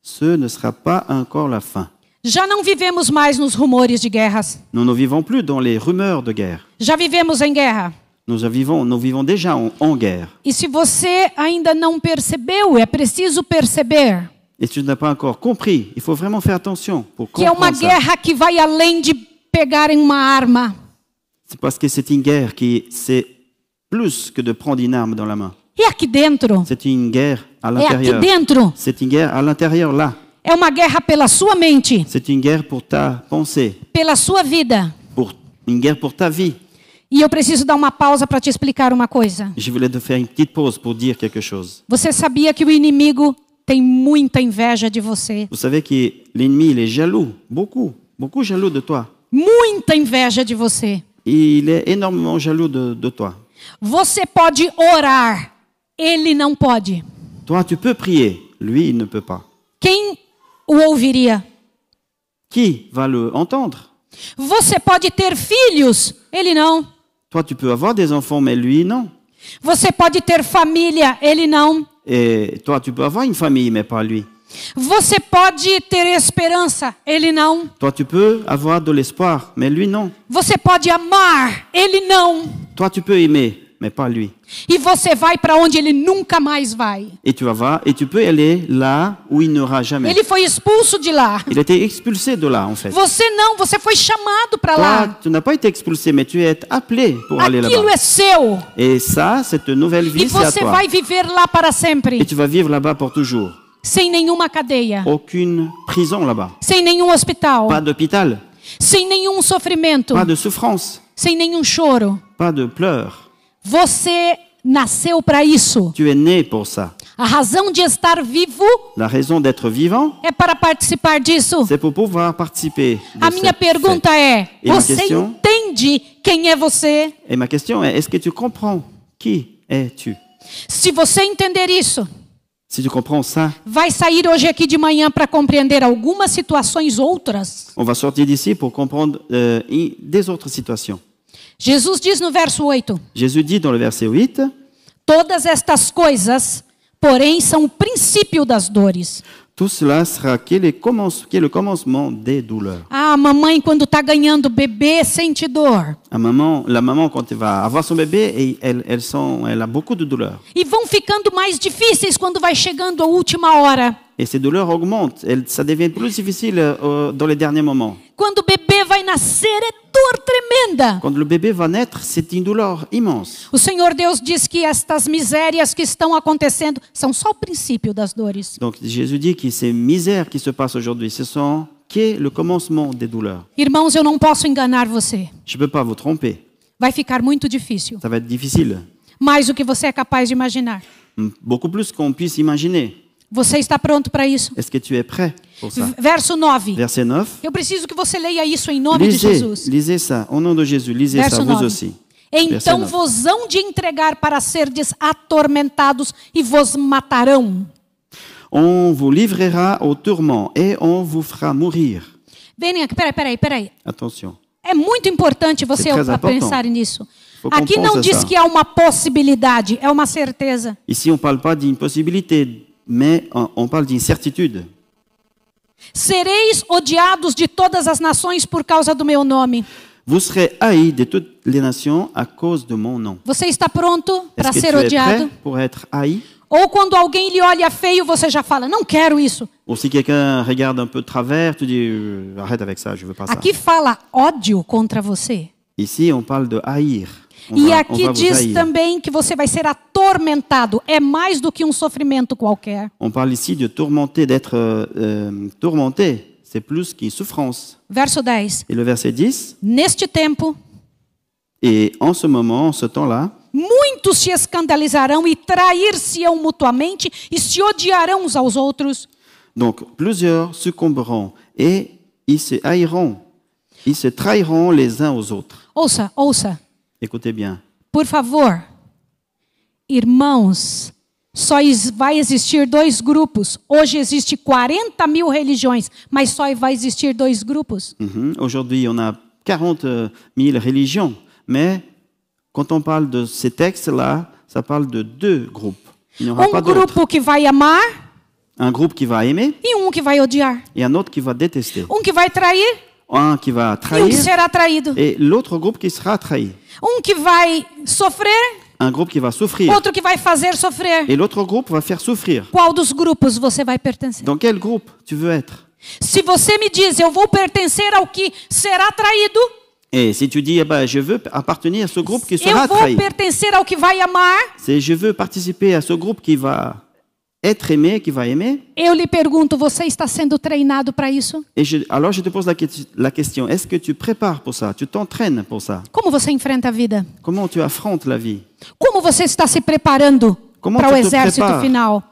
S3: ce ne sera pas encore la fin.
S2: Já não vivemos mais nos rumores de guerras.
S3: Nous ne vivons plus dans les rumeurs de guerre.
S2: Já vivemos em guerra.
S3: Nous en vivons, nous vivons déjà en, en guerre.
S2: E se você ainda não percebeu, é preciso perceber
S3: Et tu n'as pas encore compris. Il faut vraiment faire attention pour
S2: que é uma
S3: comprendre ça.
S2: guerra que vai além de pegarem uma arma.
S3: C'est parce que c'est une guerre qui c'est plus que de prendre une arme dans la main.
S2: É aqui dentro.
S3: C'est une guerre à
S2: É aqui
S3: l'intérieur.
S2: dentro.
S3: C'est une guerre à l'intérieur là.
S2: É uma guerra pela sua mente,
S3: C'est une guerre pour ta pensée,
S2: pela sua vida.
S3: pour une guerre pour ta vie.
S2: E eu preciso dar uma pausa para te explicar uma coisa.
S3: Je voulais te faire une petite pause pour dire quelque chose.
S2: Você sabia que o inimigo tem muita inveja de você?
S3: Vous savez que l'ennemi, il est jaloux, beaucoup, beaucoup jaloux de toi.
S2: Muita inveja de você.
S3: Il est énormément jaloux de, de toi.
S2: Você pode orar, ele não pode.
S3: Toi, tu peux prier, lui, il ne peut pas.
S2: Quem o ouviria?
S3: Qui va le entendre
S2: Você pode ter filhos, ele não.
S3: Toi, tu peux avoir des enfants, mais lui, non.
S2: Você pode ter família, ele não.
S3: Et toi, tu peux avoir une famille, mais pas lui.
S2: Você pode ter esperança, ele não.
S3: Toi, tu peux avoir de l'espoir, mais lui, non.
S2: Você pode amar, ele não.
S3: Toi, tu peux aimer, mais pas lui.
S2: E você vai para onde ele nunca mais vai.
S3: Et tu vas voir, et tu peux aller là où il n'aura jamais.
S2: Ele foi expulso de lá.
S3: Il a été expulsé de là, en fait.
S2: Você não, você foi chamado para lá.
S3: Toi, tu n'as pas été expulsé, mais tu es appelé pour aller
S2: Aquilo
S3: là-bas.
S2: é seu.
S3: Et ça, cette nouvelle
S2: E
S3: vie, c'est à
S2: você
S3: toi.
S2: vai viver lá para
S3: Et
S2: sempre.
S3: tu vas vivre là-bas pour toujours.
S2: Sem nenhuma cadeia.
S3: Aucune prison là-bas.
S2: Sem nenhum hospital.
S3: Pas d'hôpital,
S2: Sem nenhum sofrimento.
S3: pas de souffrance,
S2: Sem nenhum choro.
S3: pas de pleurs.
S2: Você nasceu para isso.
S3: Tu es né pour ça.
S2: A razão de estar vivo
S3: La raison d'être vivant,
S2: é para participar disso.
S3: c'est pour pouvoir participer. de
S2: A minha
S3: cette
S2: pergunta é:
S3: E uma
S2: você
S3: questão?
S2: entende quem é você?
S3: fête. Et ma question est, est-ce que tu comprends qui es-tu
S2: Se você entender isso,
S3: Si tu comprends ça,
S2: vai sair hoje aqui de manhã para compreender algumas situações outras.
S3: on va sortir d'ici pour comprendre euh, i- des autres situations.
S2: Jesus diz no verso 8:
S3: Jésus dit dans le verset 8,
S2: Todas estas coisas, porém, são o princípio das dores.
S3: tout cela sera qui est le commence- qui est le commencement des douleurs.
S2: Ah, a mamãe, quando está ganhando o bebê, sente dor.
S3: La maman, la maman quand elle va avoir son bébé, et elle, elle, sent, elle a beaucoup de douleurs.
S2: E vão ficando mais difíceis quando vai chegando a última hora.
S3: Et ces douleurs augmentent. Elles- ça devient plus difficile euh, dans les derniers moments.
S2: Quando o bebê vai nascer, é dor tremenda.
S3: Quand le bébé va naître, c'est une douleur immense.
S2: O Senhor Deus diz que estas misérias que estão acontecendo são só o princípio das dores.
S3: Donc Jésus dit que ces misères qui se passent aujourd'hui, ce sont qu'est le commencement des douleurs.
S2: Irmãos, eu não posso enganar você.
S3: Je ne peux pas vous tromper.
S2: Vai ficar muito difícil.
S3: Ça va être difficile.
S2: Mais do que você é capaz de imaginar.
S3: Beaucoup plus qu'on puisse imaginer.
S2: Você está pronto para isso?
S3: Est-ce que tu es prêt pour ça
S2: V- Verso 9.
S3: Verset 9.
S2: Eu preciso que você leia isso em nome de
S3: Lisez,
S2: Jesus.
S3: lisez ça. Au nom de Jésus, lisez ça
S2: Verso
S3: vous
S2: 9.
S3: aussi. Verset
S2: Então
S3: 9.
S2: vos hão de entregar para serdes atormentados e vos matarão.
S3: On vous livrera au tourment et on vous fera mourir.
S2: Venha aqui, peraí, peraí, peraí.
S3: Attention.
S2: É muito importante você
S3: É très
S2: a-
S3: important.
S2: pensar nisso.
S3: Faut qu'on
S2: Aqui não
S3: pense
S2: diz
S3: ça.
S2: que há uma possibilidade, é uma certeza.
S3: Ici, on ne parle pas d'une possibilité, mais on, on parle d'une certitude.
S2: Sereis odiados de todas as nações por causa do meu nome.
S3: Vous serez haïs de toutes les nations à cause de mon nom.
S2: Você está pronto para
S3: Est-ce que tu
S2: ser
S3: es prêt
S2: odiado?
S3: pour être haï
S2: Ou quando alguém lhe olha feio, você já fala: Não quero isso.
S3: Ou si quelqu'un regarde un peu de travers, tu dis euh, arrête avec ça, je veux pas ça.
S2: Aqui fala ódio contra você.
S3: Ici, on parle de haïr. On
S2: e
S3: Um va- on
S2: aqui
S3: va vous
S2: diz
S3: haïr.
S2: também que você vai ser atormentado. É mais do que um sofrimento qualquer.
S3: On parle ici de tourmenter, d'être euh, euh, tourmenté. C'est plus qu'une souffrance.
S2: Verso 10.
S3: Et le verset 10,
S2: Neste tempo,
S3: et en ce moment, en ce temps-là,
S2: muitos se escandalizarão e trair-se-ão mutuamente e se odiarão uns aos outros.
S3: donc plusieurs succomberont et ils se haïront. Ils se trahiront les uns aux autres.
S2: Ouça, ouça.
S3: Écoutez bien.
S2: Por favor, irmãos, só is- vai existir dois grupos. Hoje existe 40 mil religiões, mas só vai existir dois grupos.
S3: Mhm. Aujourd'hui, on a 40 000 religions, mais quand on parle de ces textes-là, ça parle de deux groupes. Il n'y aura
S2: Um
S3: pas d'autres.
S2: grupo que vai amar
S3: Un groupe qui va aimer
S2: e um que vai odiar.
S3: et un autre qui va détester.
S2: Um que vai trair
S3: Un qui va
S2: e um que
S3: trahir
S2: será traído.
S3: et l'autre groupe qui sera trahi.
S2: Um que vai sofrer,
S3: Un groupe qui va souffrir
S2: outro que vai fazer sofrer.
S3: et l'autre groupe va faire souffrir.
S2: Qual dos grupos você vai pertencer?
S3: Dans quel groupe tu veux être
S2: Se você me diz, eu vou pertencer ao que será traído,
S3: Et si tu dis, eh ben, je veux appartenir à ce groupe qui
S2: eu
S3: sera
S2: vou
S3: trahi,
S2: pertencer ao que vai amar,
S3: c'est je veux participer à ce groupe qui va être aimé, qui va aimer,
S2: eu lhe pergunto, você está sendo treinado para isso?
S3: Et je- alors je te pose la, que- la question, est-ce que tu prépares pour ça Tu t'entraînes pour ça
S2: Como você enfrenta a vida?
S3: Comment tu affrontes la vie
S2: Como você está se preparando
S3: Como
S2: para o
S3: tu te
S2: exército
S3: prepara?
S2: final?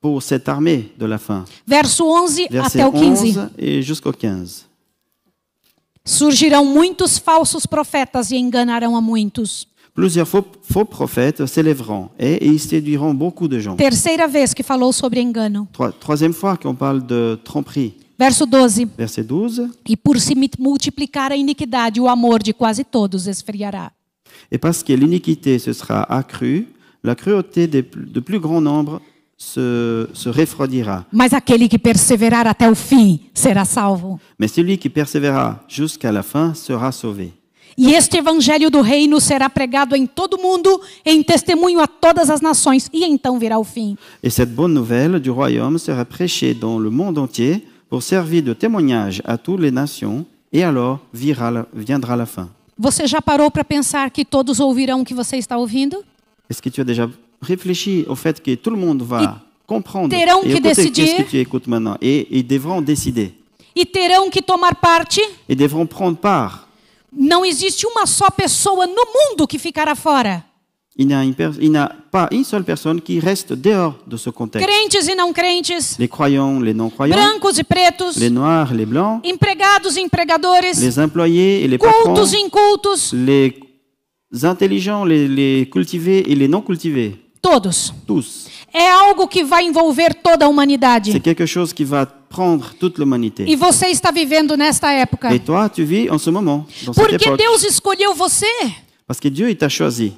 S3: pour cette armée de la fin
S2: Verso 11
S3: Verset
S2: até o 15.
S3: 11 et jusqu'au 15.
S2: Surgirão muitos falsos profetas e enganarão a muitos.
S3: Plusieurs faux, faux prophètes s'élèveront et ils séduiront beaucoup de gens.
S2: Terceira vez que falou sobre engano.
S3: Trois- troisième fois qu'on parle de tromperie.
S2: Verso 12.
S3: Verset 12.
S2: E por se mi- multiplicar a iniquidade, o amor de quase todos esfriará.
S3: Et parce que l'iniquité se sera accrue, la cruauté des plus- de plus grand nombre se, se refroidira.
S2: Mas aquele que perseverar até o fim será salvo.
S3: Mais celui qui persévérera jusqu'à la fin sera sauvé.
S2: E este evangelho do reino será pregado em todo o mundo, em testemunho a todas as nações, e então virá o fim.
S3: Et cette bonne nouvelle du royaume sera prêchée dans le monde entier pour servir de témoignage à toutes les nations, et alors vira la- viendra la fin.
S2: Você já parou para pensar que todos ouvirão o que você está ouvindo?
S3: Est-ce que tu as déjà réfléchi au fait que tout le monde va comprendre
S2: teront que
S3: et écouter
S2: décider.
S3: ce que tu écoutes maintenant et ils devront décider.
S2: E terão que tomar parte?
S3: Ils devront prendre part.
S2: Não existe uma só pessoa no mundo que ficará fora.
S3: Il n'y a une per- il n'y a pas une seule personne qui reste dehors de ce contexte.
S2: Crentes e não crentes,
S3: Les croyants, les non-croyants,
S2: brancos e pretos,
S3: les noirs, les blancs,
S2: empregados e empregadores,
S3: les employés et les patrons,
S2: cultos e incultos,
S3: les intelligents, les, les cultivés et les non-cultivés.
S2: todos.
S3: Tous.
S2: É algo que vai envolver toda a humanidade.
S3: C'est quelque chose qui va prendre toute
S2: E
S3: l'humanité.
S2: você está vivendo nesta época.
S3: Et toi, tu vis en ce moment, dans cette
S2: Porque
S3: époque.
S2: Deus escolheu você
S3: Parce que Dieu, il t'a choisi.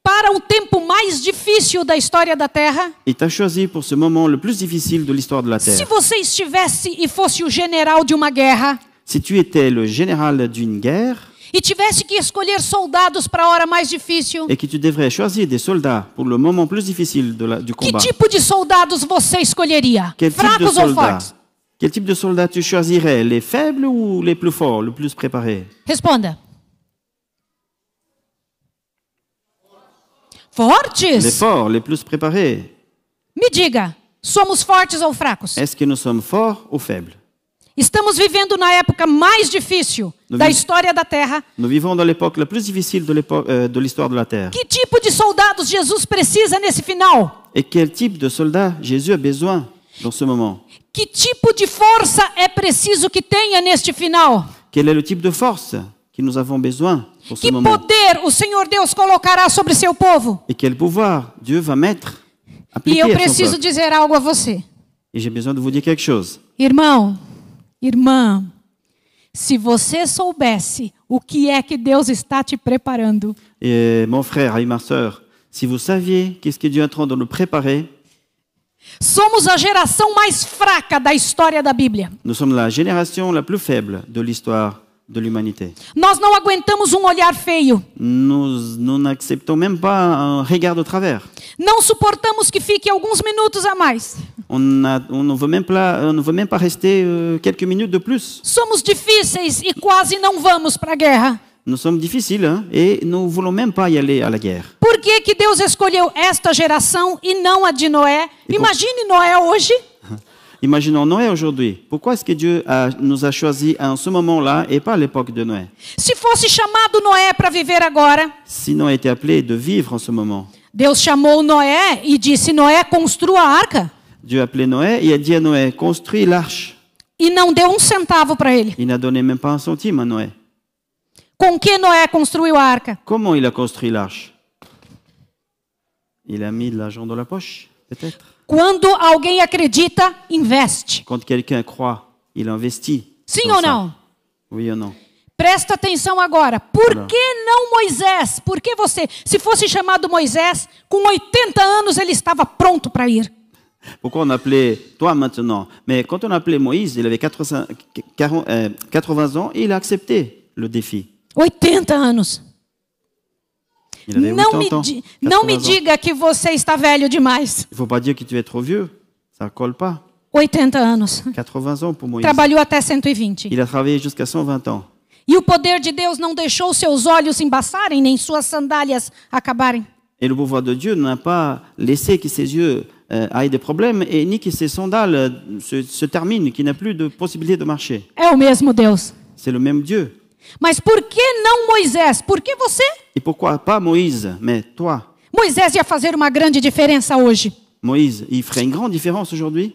S2: para o tempo mais difícil da história da Terra.
S3: Il t'a choisi pour ce moment le plus difficile de l'histoire de la
S2: Se
S3: Terre.
S2: você estivesse e fosse o general de uma guerra
S3: Si tu étais le général d'une guerre
S2: e tivesse que escolher soldados para a hora mais difícil,
S3: et que tu devrais choisir des soldats pour le moment plus difficile de la- du
S2: que
S3: combat,
S2: tipo de soldados você escolheria?
S3: quel type tipo de
S2: Fracos ou
S3: soldat
S2: fortes?
S3: Quel type de soldat tu choisirais Les faibles ou les plus forts, le plus préparés
S2: Responda.
S3: Les
S2: Fortes?
S3: forts, les plus préparés.
S2: Me diga, somos fortes ou fracos?
S3: Est-ce que nous sommes forts ou faibles
S2: Estamos vivendo na época mais difícil
S3: Não
S2: da
S3: vi-
S2: história da Terra.
S3: Nous vivons dans l'époque la plus difficile de l'épo- euh, de l'histoire de la Terre.
S2: Que tipo de soldados Jesus precisa nesse final?
S3: Et quel type de soldat Jésus a besoin dans ce moment
S2: Que tipo de força é preciso que tenha neste final?
S3: Quel est le type de force que nous avons besoin pour ce
S2: Que
S3: moment
S2: poder o Senhor Deus colocará sobre seu povo?
S3: Et quel pouvoir Dieu va mettre
S2: E
S3: appliquer
S2: eu
S3: à son
S2: preciso
S3: peuple.
S2: dizer algo a você.
S3: Et j'ai besoin de vous dire quelque chose.
S2: Irmão, irmã, se você soubesse o que é que Deus está te preparando,
S3: Et mon frère et ma sœur, si vous saviez qu'est-ce que Dieu est en train de nous préparer,
S2: somos a geração mais fraca da história da Bíblia.
S3: nous sommes la génération la plus faible de l'histoire de l'humanité.
S2: Nós não aguentamos um olhar feio.
S3: Nous nous n'acceptons même pas un regard de travers.
S2: Não suportamos que fique alguns minutos a mais.
S3: On, a- on ne veut même pas, on ne veut même pas rester euh, quelques minutes de plus.
S2: Somos difíceis e quase não vamos para a guerra.
S3: Nous sommes difficiles hein, et nous voulons même pas y aller à la guerre.
S2: Por que, que Deus escolheu esta geração e não a de Noé? Imagine Noé hoje.
S3: Imaginons Noé aujourd'hui. Pourquoi est-ce que Dieu a- nous a choisis en ce moment-là et pas à l'époque de Noé
S2: Se fosse chamado Noé para viver agora,
S3: Si Noé était appelé de vivre en ce moment,
S2: Deus chamou Noé e disse: Noé, construa a arca.
S3: Dieu a appelé Noé et a dit à Noé, construis l'arche.
S2: E não deu um centavo para ele.
S3: Il n'a donné même pas un centime à Noé.
S2: Com que Noé construiu a arca?
S3: Comment il a construit l'arche Il a mis de l'argent dans la poche, peut-être.
S2: Quando alguém acredita, investe.
S3: Quand quelqu'un croit, il investit.
S2: Sim
S3: dans
S2: ou
S3: ça.
S2: não?
S3: Oui ou non
S2: Presta atenção agora. Por
S3: Não.
S2: que não Moisés? Por que você? Se fosse chamado Moisés, com 80 anos ele estava pronto para ir.
S3: Pourquoi on appelait toi maintenant Mais quand on appelait Moïse, il avait 80, 40, euh, 80 ans et il a accepté le défi.
S2: 80 anos.
S3: Il avait
S2: Não me,
S3: 80 ans.
S2: di- não me
S3: 80 ans.
S2: diga que você está velho demais.
S3: Il ne faut pas dire que tu es trop vieux. Ça colle pas.
S2: 80 anos.
S3: 80 ans pour Moïse.
S2: Trabalhou até 120.
S3: Il a travaillé jusqu'à 120 ans.
S2: E o poder de Deus não deixou seus olhos embaçarem, nem suas sandálias acabarem.
S3: Et le pouvoir de Dieu n'a pas laissé que ses yeux euh, aient des problèmes et ni que ses sandales euh, se, se terminent, qu'il n'a plus de possibilité de marcher.
S2: É o mesmo Deus.
S3: C'est le même Dieu.
S2: Mas por que não Moisés? Por que você?
S3: Et pourquoi pas Moïse, mais toi
S2: Moisés ia fazer uma grande différença hoje.
S3: Moïse, il ferait une grande différence aujourd'hui.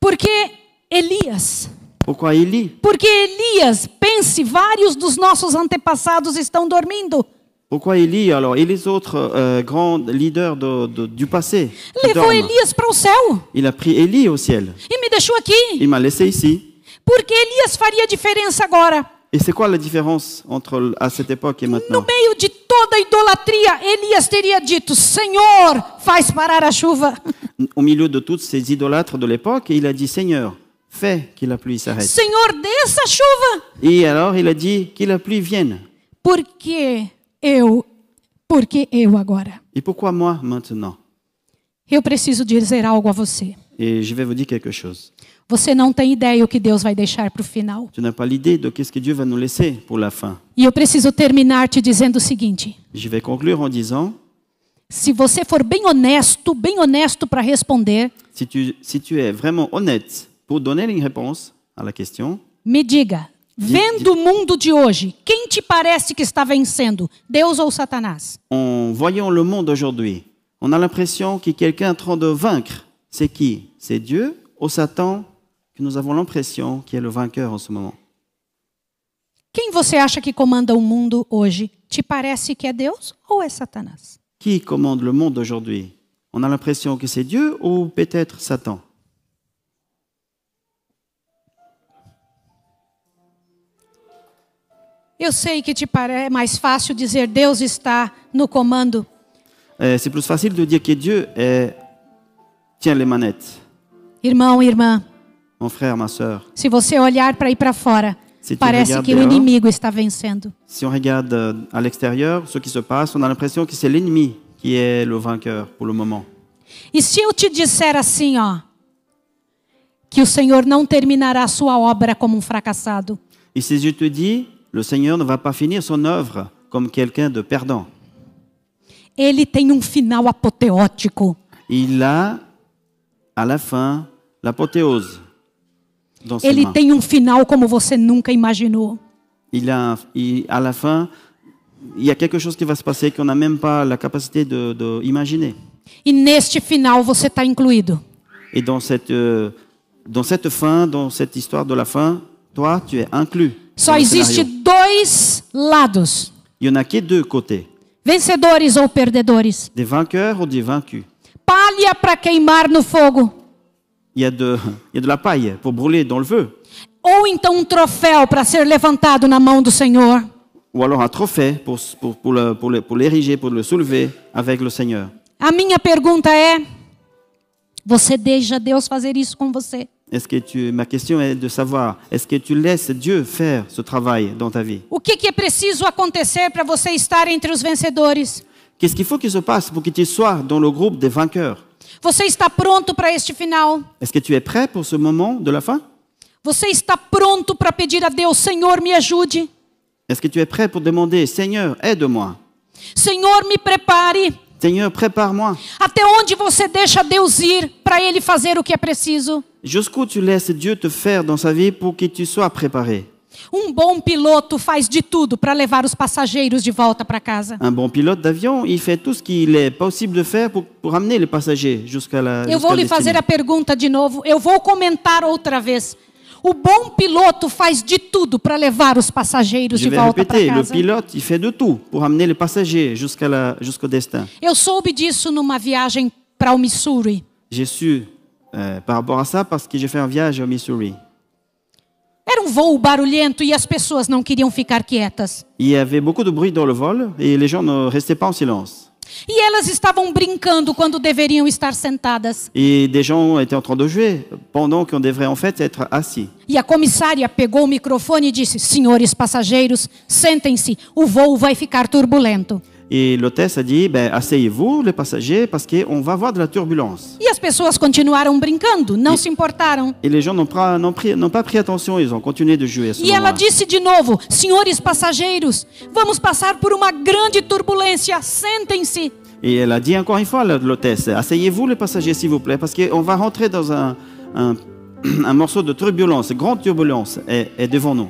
S2: Porque Elias.
S3: Pourquoi Élie
S2: Porque Elias, pense, vários dos nossos antepassados estão dormindo.
S3: Pourquoi Élie alors et les autres euh, grands leaders de- de- du passé qui
S2: Levou
S3: dorment
S2: Elias para o céu
S3: Il a pris Élie au ciel.
S2: e me deixou aqui.
S3: Il m'a laissé ici.
S2: Porque Elias faria diferença agora.
S3: Et c'est quoi la différence entre l- à cette époque et
S2: No
S3: maintenant
S2: meio de toda a idolatria, Elias teria dito: Senhor, faz parar a chuva.
S3: Au milieu de toutes ces idolâtres de l'époque, il a dit Seigneur, fais que la pluie s'arrête.
S2: Senhor, desça a chuva.
S3: Et alors il a dit que la pluie vienne.
S2: Porque eu, porque eu agora.
S3: Et pourquoi moi maintenant
S2: Eu preciso dizer algo a você.
S3: Et je vais vous dire quelque chose.
S2: Você não tem ideia o que Deus vai deixar para o final.
S3: Tu n'as pas l'idée de qu'est-ce que Dieu va nous laisser pour la fin.
S2: E eu preciso terminar te dizendo o seguinte:
S3: Je vais conclure en disant,
S2: Se você for bem honesto, bem honesto para responder,
S3: si tu, si tu es vraiment honnête pour donner une réponse à la question,
S2: me diga, Vendo o mundo de hoje, quem te parece que está vencendo, Deus ou Satanás?
S3: En voyant le monde aujourd'hui, on a l'impression que quelqu'un est en train de vaincre. C'est qui C'est Dieu ou Satan que nous avons l'impression qui est le vainqueur en ce moment
S2: Quem você acha que comanda o mundo hoje? Te parece que é Deus ou é Satanás?
S3: Qui commande le monde aujourd'hui On a l'impression que c'est Dieu ou peut-être Satan
S2: Eu sei que te pare- é mais fácil dizer Deus está no comando,
S3: Euh, C'est plus facile de dire que Dieu est... tient les manettes.
S2: irmão, irmã.
S3: Mon frère, ma sœur,
S2: Se você olhar para ir para fora,
S3: Se tu
S2: parece
S3: olhar
S2: que o
S3: dela-
S2: inimigo está vencendo.
S3: si on regarde euh, à l'extérieur ce qui se passe, on a l'impression que c'est l'ennemi qui est le vainqueur pour le moment.
S2: E se eu te disser assim, ó, que o Senhor não terminará a sua obra como um fracassado,
S3: Et si je te dis, le Seigneur ne va pas finir son œuvre comme quelqu'un de perdant.
S2: ele tem um final apoteótico.
S3: Il a, à la fin, l'apothéose dans ses
S2: Ele
S3: mains.
S2: tem um final como você nunca imaginou.
S3: Il a, il- à la fin, il y a quelque chose qui va se passer qu'on n'a même pas la capacité d'imaginer. De, imaginer.
S2: E neste final você está incluído.
S3: Et dans cette, euh, dans cette fin, dans cette histoire de la fin, toi, tu es inclus. dans
S2: Só
S3: le
S2: existe
S3: scénario.
S2: dois lados:
S3: Il y en a que deux côtés,
S2: vencedores ou perdedores.
S3: des vainqueurs ou des vaincus.
S2: Palha para queimar no fogo,
S3: Il y, a de, il y a de la paille pour brûler dans le feu,
S2: ou então um troféu para ser levantado na mão do Senhor.
S3: ou alors un trophée pour, pour, pour, le- pour, le- pour l'ériger, pour le soulever avec le Seigneur.
S2: A minha pergunta é: você deixa Deus fazer isso com você?
S3: Est-ce que tu, ma question est de savoir, est-ce que tu laisses Dieu faire ce travail dans ta vie
S2: O que, que é preciso acontecer para você estar entre os vencedores?
S3: Qu'est-ce qu'il faut qu'il se passe pour que tu sois dans le groupe des vainqueurs
S2: Você está pronto para este final?
S3: Est-ce que tu es prêt pour ce moment de la fin
S2: Você está pronto para pedir a Deus: Senhor, me ajude.
S3: Est-ce que tu es prêt pour demander, Seigneur, aide-moi
S2: Senhor, me prepare.
S3: Seigneur, prépare-moi.
S2: Até onde você deixa Deus ir para Ele fazer o que é preciso?
S3: Jusqu'où tu laisses Dieu te faire dans sa vie pour que tu sois préparé
S2: Um bom piloto faz de tudo para levar os passageiros de volta para casa.
S3: Un bon pilote d'avion, il fait tout ce qu'il est possible de faire pour, pour amener les passagers jusqu'à la.
S2: Eu vou
S3: jusqu'à
S2: lhe fazer a
S3: destinée.
S2: pergunta de novo, eu vou comentar outra vez. O bom piloto faz de tudo para levar os passageiros
S3: Je
S2: de
S3: vais
S2: volta para
S3: répéter, le
S2: casa.
S3: pilote, il fait de tout pour amener les passagers jusqu'à la- jusqu'au destin.
S2: Eu soube disso numa viagem para o Missouri.
S3: J'ai su euh, par rapport à ça parce que j'ai fait un voyage au Missouri.
S2: Era um voo barulhento e as pessoas não queriam ficar quietas.
S3: Il y avait beaucoup de bruit dans le vol et les gens ne restaient pas en silence.
S2: E elas estavam brincando quando deveriam estar sentadas.
S3: Et des gens étaient en train de jouer pendant qu'on devrait en fait être assis.
S2: E a comissária pegou o microfone e disse: Senhores passageiros, sentem-se, o voo vai ficar turbulento.
S3: Et l'hôtesse a dit ben, Asseyez-vous, les passagers, parce qu'on va avoir de la turbulence.
S2: E as pessoas continuaram brincando, não se importaram.
S3: Et les gens n'ont pas, n'ont pris- n'ont pas pris attention, ils ont continué de jouer. à ce
S2: E ela
S3: moment-là.
S2: disse de novo: Senhores passageiros, vamos passar por uma grande turbulência, sentem-se.
S3: Et elle a dit encore une fois, l'hôtesse Asseyez-vous, les passagers, s'il vous plaît, parce qu'on va rentrer dans un, un- <clears throat> un morceau de turbulence, grande turbulence est, est devant nous.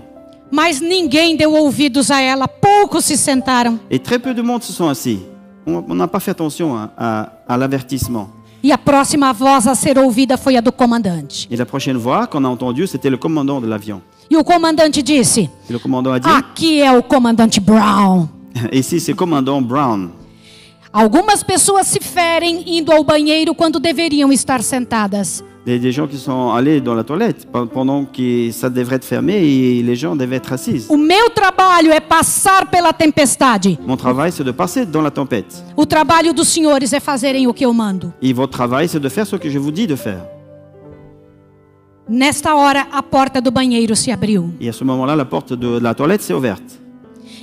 S2: Mas ninguém deu ouvidos a ela, poucos se sentaram.
S3: Et très peu de monde se sont assis. On on n'a pas fait attention à- à- à l'avertissement.
S2: E a próxima voz a ser ouvida foi a do comandante.
S3: Et la prochaine voix qu'on a entendue, c'était le commandant de l'avion.
S2: E o comandante disse:
S3: Et le commandant a dit
S2: Aqui é o comandante Brown.
S3: <laughs> Ici, c'est commandant Brown.
S2: Algumas pessoas se ferem indo ao banheiro quando deveriam estar sentadas.
S3: Il y a des gens qui sont allés dans la toilette pe- pendant que ça devrait être fermé et les gens devaient être assis.
S2: O meu trabalho é passar pela tempestade.
S3: Mon travail, c'est de passer dans la tempête.
S2: O trabalho dos senhores é fazerem o que eu mando.
S3: Et votre travail, c'est de faire ce que je vous dis de faire.
S2: Nesta hora, a porta do banheiro se abriu.
S3: Et à ce moment-là, la porte de la toilette s'est ouverte.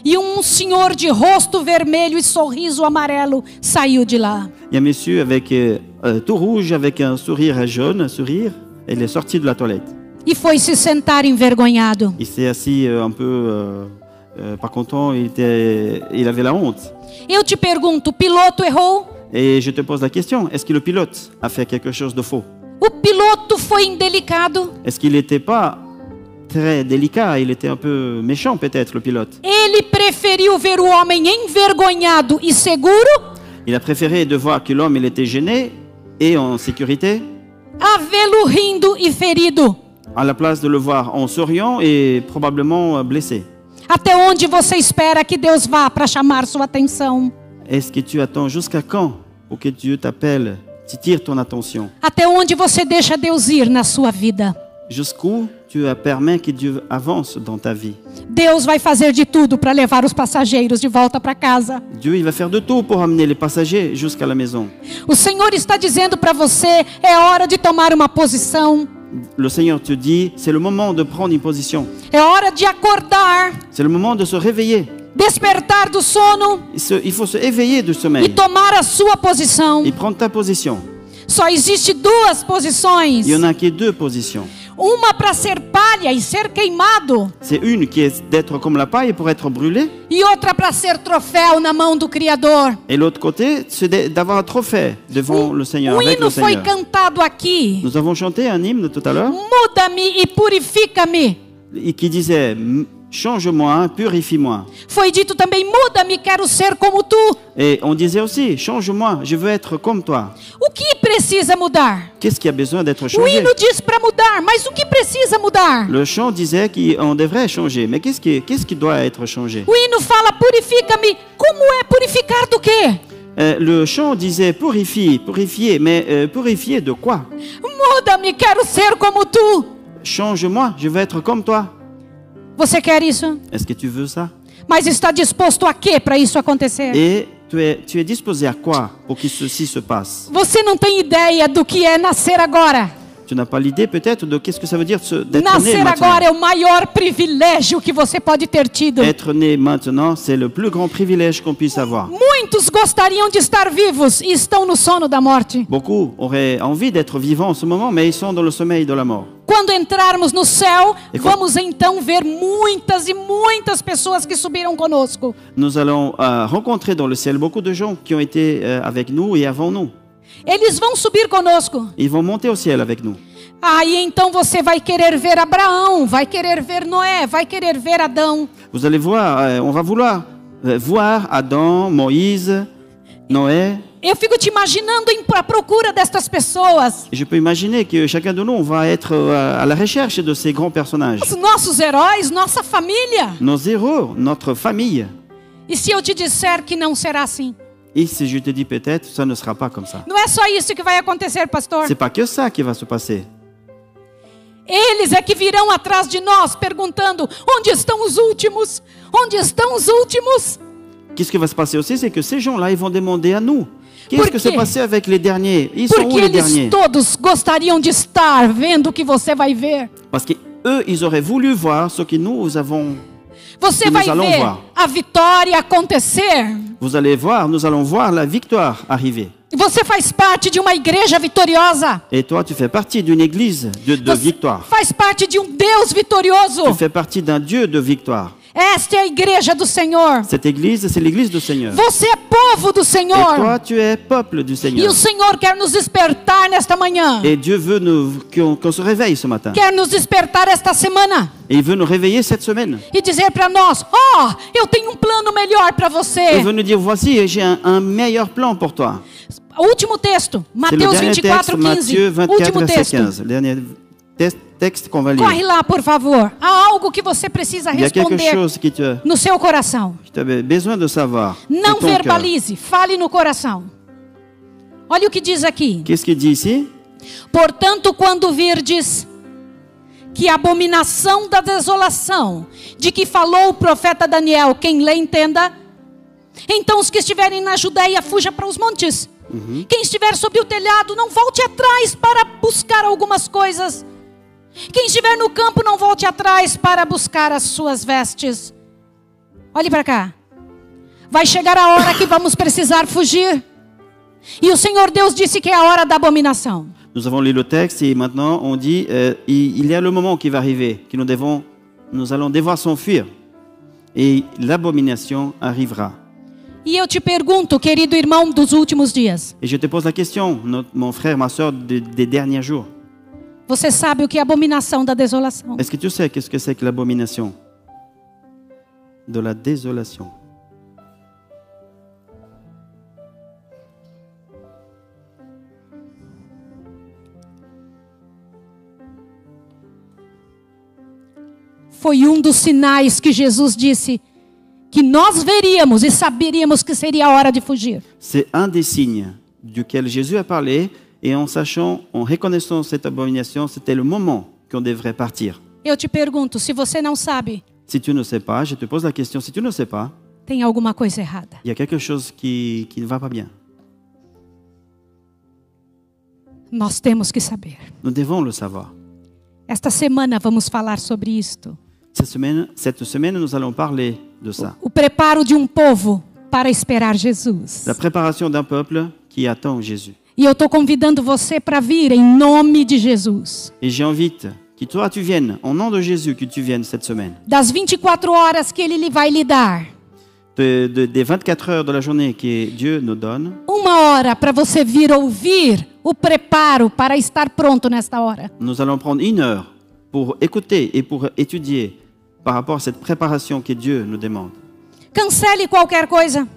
S2: E um senhor de rosto vermelho e sorriso amarelo saiu de lá.
S3: Il y a un monsieur avec, euh, euh, tout rouge, avec un sourire jaune, un sourire. Il est sorti de la toilette.
S2: E foi se sentar envergonhado.
S3: Il s'est assis euh, un peu euh, euh, pas content. Il, était, il avait la honte.
S2: Eu te pergunto: o piloto errou?
S3: Et je te pose la question, est-ce que le pilote a fait quelque chose de faux
S2: O piloto foi indelicado?
S3: Est-ce qu'il n'était pas très délicat, il était un peu méchant peut-être, le pilote.
S2: Ele preferiu ver o homem envergonhado e seguro
S3: Il a préféré de voir que l'homme, il était gêné et en sécurité,
S2: a vê-lo rindo e ferido.
S3: à la place de le voir en souriant et probablement euh, blessé.
S2: Até onde você espera que Deus vá para chamar sua atenção?
S3: Est-ce que tu attends jusqu'à quand pour que Dieu t'appelle, t'attire ton attention
S2: Até onde você deixa Deus ir na sua vida?
S3: Jusqu'où tu permets que Dieu avance dans ta vie
S2: Deus vai fazer de tudo para levar os passageiros de volta para casa.
S3: Dieu, il va faire de tout pour amener les passagers jusqu'à la maison.
S2: O Senhor está dizendo para você: é hora de tomar uma posição,
S3: Le Seigneur te dit, c'est le moment de prendre une position.
S2: é hora de acordar,
S3: C'est le moment de se réveiller.
S2: despertar do sono
S3: Il, se- il faut se éveiller du
S2: e
S3: sommeil
S2: tomar a sua posição.
S3: et prendre ta position.
S2: Só existe duas posições:
S3: Il y en a qui est deux positions.
S2: uma para ser palha e ser queimado,
S3: C'est une qui est d'être comme la paille pour être brûlé,
S2: e outra para ser troféu na mão do Criador.
S3: et l'autre côté, c'est de- d'avoir un trophée devant le Seigneur,
S2: Um
S3: avec le
S2: hino foi
S3: Seigneur.
S2: cantado aqui.
S3: Nous avons chanté un hymne tout à l'heure
S2: Muda-me e purifica-me.
S3: et qui disait M- Change-moi, purifie-moi.
S2: Foi dito também: muda-me, quero ser como tu.
S3: Et on disait aussi Change-moi, je veux être comme toi.
S2: O que precisa mudar?
S3: Qu'est-ce qui a besoin d'être
S2: O
S3: changé
S2: hino diz para mudar, mas o que precisa mudar?
S3: Le chant disait qu'on devrait changer, mais qu'est-ce qui, qu'est-ce qui doit être changé
S2: O hino fala: purifica-me. Como é purificar do quê?
S3: Euh, Le chant disait Purifie, purifier, mais euh, purifier de quoi
S2: Muda-me, quero ser como tu.
S3: Change-moi, je veux être comme toi.
S2: Você quer isso?
S3: Est-ce que tu veux ça
S2: Mas está disposto a quê para isso acontecer?
S3: Et tu es, tu es disposé à quoi pour que ceci se passe
S2: Você não tem ideia do que é nascer agora.
S3: Tu n'as pas l'idée peut-être de qu'est-ce que ça veut dire ce- d'être né
S2: Nascer agora
S3: maintenant.
S2: é o maior privilégio que você pode ter tido.
S3: Être né maintenant, c'est le plus grand privilège qu'on puisse avoir.
S2: Muitos gostariam de estar vivos e estão no sono da morte.
S3: Beaucoup auraient envie d'être vivants en ce moment, mais ils sont dans le sommeil de la mort.
S2: Quando entrarmos no céu,
S3: E quando-
S2: vamos então ver muitas e muitas pessoas que subiram conosco.
S3: Nous allons euh, rencontrer dans le ciel beaucoup de gens qui ont été euh, avec nous et avant nous.
S2: Eles vão subir conosco.
S3: Ils vont monter au ciel avec nous.
S2: Aí então você vai querer ver Abraão, vai querer ver Noé, vai querer ver Adão.
S3: Vous allez voir, euh, on va vouloir euh, voir Adam, Moïse, Noé.
S2: Eu fico te imaginando em à procura destas pessoas,
S3: Et je peux imaginer que chacun de nous, on va être euh, à la recherche de ces grands personnages.
S2: os nossos heróis, nossa família.
S3: Nos héros, notre famille.
S2: E se eu te disser que não será assim?
S3: Et si je te dis peut-être, ça ne sera pas comme ça.
S2: Não é só isso que vai acontecer, pastor.
S3: C'est pas que ça qui va se passer.
S2: Eles é que virão atrás de nós perguntando: onde estão os últimos? Onde estão os últimos?
S3: Qu'est-ce qui va se passer aussi, c'est que ces gens-là, ils vont demander à nous. Qu'est-ce
S2: Por
S3: que
S2: quê?
S3: s'est passé avec les derniers Ils sont
S2: Porque
S3: où les
S2: eles
S3: derniers
S2: todos gostariam de estar vendo o que você vai ver.
S3: Parce que eux, ils auraient voulu voir ce que nous avons.
S2: Você
S3: Que
S2: vai
S3: nós allons
S2: ver
S3: voir.
S2: a vitória acontecer.
S3: Vous allez voir, nous allons voir la victoire arriver.
S2: Você faz parte de uma igreja vitoriosa.
S3: Et toi, tu fais partie d'une église de, de
S2: Você
S3: victoire.
S2: faz parte de um Deus vitorioso.
S3: Tu fais partie d'un Dieu de victoire.
S2: Esta é a igreja do Senhor.
S3: Cette église, c'est l'église du Seigneur.
S2: Você é povo do
S3: Et
S2: Senhor.
S3: toi, tu es peuple du
S2: E
S3: Seigneur.
S2: o Senhor quer nos despertar nesta manhã.
S3: Et Dieu veut nous- qu'on qu'on se réveille ce matin.
S2: Quer nos despertar esta semana.
S3: Et il veut nous réveiller cette semaine.
S2: e dizer para nós: ó, eu tenho um plano melhor para
S3: Il
S2: você.
S3: veut nous dire, voici, j'ai un, un meilleur plan pour toi.
S2: O Último texto,
S3: C'est le
S2: Mateus
S3: dernier
S2: 24,
S3: texte,
S2: 15.
S3: Matthieu
S2: Último
S3: 24, verset
S2: texto.
S3: 15. Le dernier te- texte qu'on va
S2: Corre
S3: lire.
S2: lá, por favor. Há algo é que você precisa
S3: Il y a quelque
S2: responder
S3: chose qui te-
S2: no seu coração.
S3: que tu avais besoin de savoir. de
S2: Não
S3: ton cœur.
S2: verbalize, fale no coração. Olha o que diz aqui.
S3: Qu'est-ce qu'il dit ici
S2: Portanto, quando virdes que a abominação da desolação, de que falou o profeta Daniel, quem lê entenda. Então os que estiverem na Judéia fuja para os montes. Quem estiver sobre o telhado não volte atrás para buscar algumas coisas. Quem estiver no campo não volte atrás para buscar as suas vestes. Olhe para cá. Vai chegar a hora que vamos precisar fugir. E o Senhor Deus disse que é a hora da abominação.
S3: Nous avons lu le texte et maintenant on dit, euh, il, il y a le moment qui va arriver, que nous, devons, nous allons devoir s'enfuir. Et l'abomination arrivera.
S2: E eu te pergunto, querido irmão dos últimos dias,
S3: Et je te pose la question, notre- mon frère, ma soeur, des derniers jours.
S2: Você sabe o que é abominação da desolação?
S3: Est-ce que tu sais qu'est-ce que c'est que l'abomination De la désolation.
S2: Foi um dos sinais que Jesus disse que nós veríamos e saberíamos que seria a hora de fugir.
S3: C'est un des signes duquel Jésus a parlé, et en sachant, en reconnaissant cette abomination, c'était le moment qu'on devrait partir.
S2: Eu te pergunto, se você não sabe,
S3: Si tu ne sais pas, je te pose la question, si tu ne sais pas,
S2: tem alguma coisa errada.
S3: il y a quelque chose qui, qui ne va pas bien.
S2: Nós temos que saber.
S3: Nous devons le savoir.
S2: Esta semana vamos falar sobre isto.
S3: Cette semaine, cette semaine, nous allons parler de ça.
S2: O preparo de um povo para esperar Jesus.
S3: La préparation d'un peuple qui attend Jésus.
S2: E eu estou convidando você para vir em nome de Jesus.
S3: Et j'invite que toi tu viennes, au nom de Jésus, que tu viennes cette semaine.
S2: Das 24 horas que ele lhe vai lhe dar,
S3: De- de- des 24 heures de la journée que Dieu nous donne,
S2: uma hora para você vir ouvir o preparo para estar pronto nesta hora.
S3: nous allons prendre une heure pour écouter et pour étudier par rapport à cette préparation que Dieu nous demande.
S2: Cancele qualquer coisa.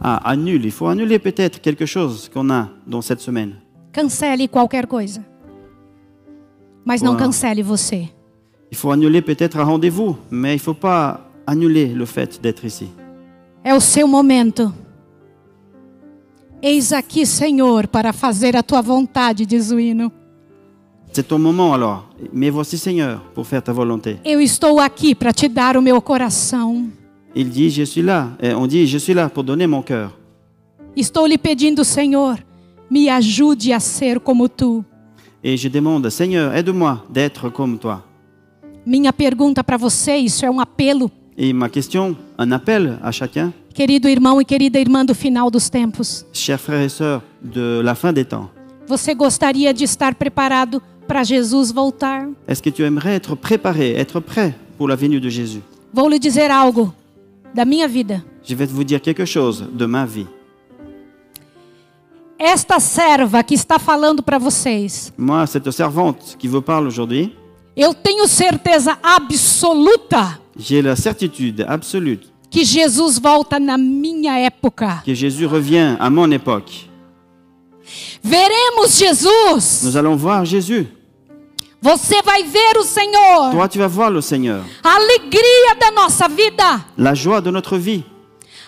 S3: Ah, annule, il faut annuler peut-être quelque chose qu'on a dans cette semaine.
S2: Cancele qualquer coisa. Mas não
S3: Uau.
S2: cancele você.
S3: Il faut annuler peut-être un rendez-vous, mais il ne faut pas annuler le fait d'être ici.
S2: É o seu momento. Eis aqui, Senhor, para fazer a tua vontade, diz o hino.
S3: C'est ton moment alors. Mais voici Seigneur pour faire ta volonté.
S2: Eu estou aqui para te dar o meu coração.
S3: Il dit, je suis là. Et on dit, je suis là pour donner mon cœur.
S2: Estou lhe pedindo, Senhor, me ajude a ser como tu.
S3: Et je demande, Seigneur, aide-moi d'être comme toi.
S2: Minha pergunta para você, isso é um apelo,
S3: Et ma question, un appel à chacun,
S2: querido irmão e querida irmã do final dos tempos.
S3: chers frères et sœurs de la fin des temps.
S2: Você gostaria de estar preparado para Jesus voltar?
S3: Est-ce que tu aimerais être préparé, être prêt pour la venue de Jésus
S2: Vou lhe dizer algo da minha vida.
S3: Je vais vous dire quelque chose de ma vie.
S2: Esta serva que está falando para vocês,
S3: Moi, cette servante qui vous parle aujourd'hui,
S2: Eu tenho certeza absoluta
S3: j'ai la certitude absolue
S2: que Jesus volta na minha época.
S3: que Jésus revient à mon époque.
S2: Veremos Jesus.
S3: Nous allons voir Jésus.
S2: Você vai ver o Senhor.
S3: Toi, tu vas voir le Seigneur.
S2: A alegria da nossa vida.
S3: la joie de notre vie,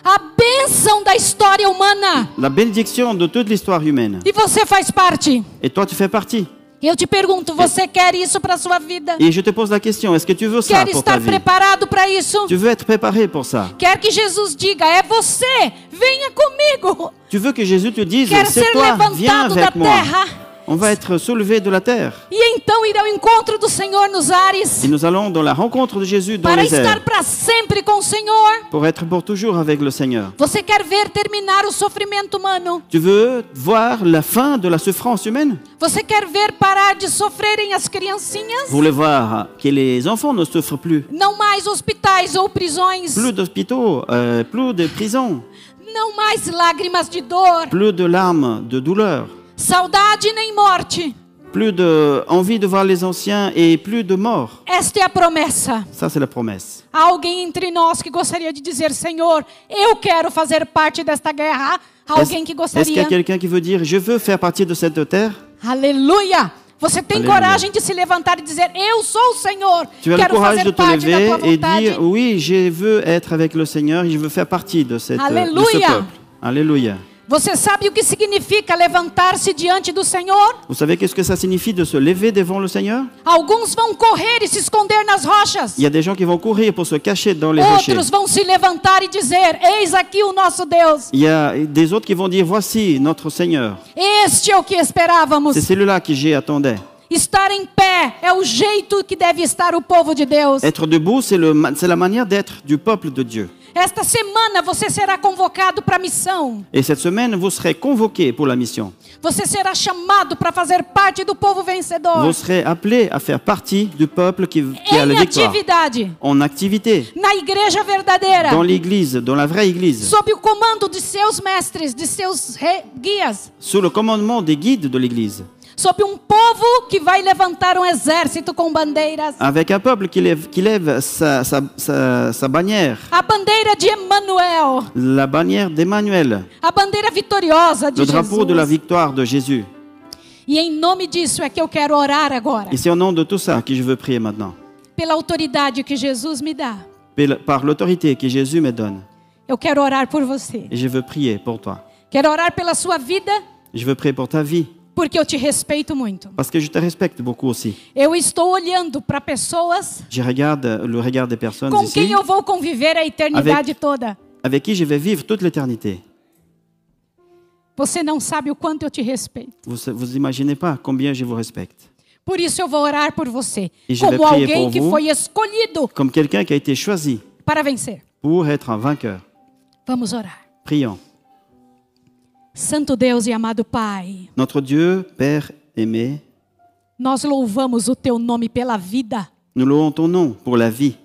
S2: A bênção da história humana.
S3: la bénédiction de toute l'histoire humaine.
S2: E você faz parte.
S3: Et toi, tu fais partie.
S2: Eu te pergunto, você quer isso para sua vida?
S3: Et je te pose la question, est-ce que tu veux ça
S2: Quer
S3: pour ta
S2: estar
S3: vie
S2: preparado para isso?
S3: Tu veux être préparé pour ça
S2: Quer que Jesus diga: "É você, venha comigo".
S3: Tu veux que Jésus te dise,
S2: Quero
S3: c'est
S2: ser
S3: toi,
S2: levantado
S3: viens
S2: da
S3: avec moi.
S2: terra.
S3: On va être soulevé de la terre.
S2: E então ir ao encontro do Senhor nos ares.
S3: Et nous allons dans la rencontre de Jésus dans
S2: para
S3: les
S2: estar
S3: airs,
S2: para sempre com o Senhor.
S3: pour être pour toujours avec le Seigneur.
S2: Você quer ver terminar o sofrimento humano?
S3: Tu veux voir la fin de la souffrance humaine
S2: Você quer ver parar de sofrerem as criancinhas?
S3: Vous voulez voir que les enfants ne souffrent plus.
S2: Não mais hospitais ou prisões,
S3: Plus d'hôpitaux, euh, plus de prisons,
S2: não mais lágrimas de dor,
S3: plus de larmes, de douleurs.
S2: saudade nem morte.
S3: plus de envie de voir les anciens et plus de mort.
S2: Esta é a promessa.
S3: Ça, c'est la promesse.
S2: Há alguém entre nós que gostaria de dizer, Senhor, eu quero fazer parte desta guerra. Há
S3: Est-ce
S2: alguém que
S3: est-ce qu'il y
S2: gostaria.
S3: a quelqu'un qui veut dire, je veux faire partie de cette terre
S2: Aleluia! Você tem
S3: Aleluia.
S2: coragem de se levantar e dizer, eu sou o Senhor.
S3: Tu as le
S2: quero
S3: courage
S2: fazer
S3: de te
S2: parte da
S3: lever
S2: tua
S3: et
S2: vontade.
S3: dire, oui, je veux être avec le Seigneur, je veux faire partie de, cette, de ce
S2: Alléluia.
S3: peuple. Alléluia.
S2: Você sabe o que significa levantar-se diante do Senhor?
S3: Vous savez qu'est-ce que ça signifie de se lever devant le Seigneur
S2: Alguns vão correr e se esconder nas rochas.
S3: Il y a des gens qui vão courir pour se cacher dans les rochers.
S2: Outros vão se levantar e dizer: Eis aqui o nosso Deus.
S3: Il y a des autres qui vão dire, voici notre Seigneur.
S2: Este é o que esperávamos.
S3: C'est celui-là que j'y attendais.
S2: Estar em pé é o jeito que deve estar o povo de Deus.
S3: Être debout, c'est le ma- c'est la manière d'être du peuple de Dieu.
S2: Esta semana você será convocado para a missão.
S3: Et cette semaine, vous serez convoqués pour la mission.
S2: Você será chamado para fazer parte do povo vencedor.
S3: Vous serez appelés à faire partie du peuple qui, qui a la
S2: Em
S3: victoire.
S2: atividade,
S3: En activité,
S2: na igreja verdadeira,
S3: dans l'église, dans la vraie église,
S2: sob o comando de seus mestres, de seus re- guias,
S3: sous le commandement des guides de l'église,
S2: sob um povo que vai levantar um exército com bandeiras.
S3: avec un peuple qui lève, qui lève sa, sa- sa- sa bannière,
S2: A bandeira de Emmanuel,
S3: la bannière d'Emmanuel,
S2: a bandeira vitoriosa de
S3: le drapeau de la
S2: Jesus.
S3: victoire de Jésus.
S2: E em nome disso é que eu quero orar agora,
S3: Et c'est au nom de tout ça que je veux prier maintenant,
S2: pela autoridade que Jesus me dá.
S3: Pel- par l'autorité que Jésus me donne.
S2: Eu quero orar por você.
S3: Et je veux prier pour toi.
S2: Quero orar pela sua vida,
S3: Je veux prier pour ta vie,
S2: porque eu te respeito muito.
S3: parce que je te respecte beaucoup aussi.
S2: Eu estou olhando para pessoas
S3: Je regarde euh, le regard des personnes
S2: com
S3: ici,
S2: quem eu vou conviver a eternidade
S3: Avec-
S2: toda.
S3: avec qui je vais vivre toute l'éternité.
S2: Você não sabe o quanto eu te respeito.
S3: Vous vous imaginez pas combien je vous respecte.
S2: Por isso eu vou orar por você,
S3: E je vais
S2: como
S3: prier
S2: alguém
S3: pour
S2: que
S3: vous.
S2: foi escolhido
S3: Comme quelqu'un qui a été choisi
S2: para vencer.
S3: pour être un vainqueur.
S2: Vamos orar.
S3: Prions.
S2: Santo Deus e amado Pai,
S3: Notre Dieu, Père aimé,
S2: nós louvamos o teu nome pela vida
S3: nous louons ton nom pour la vie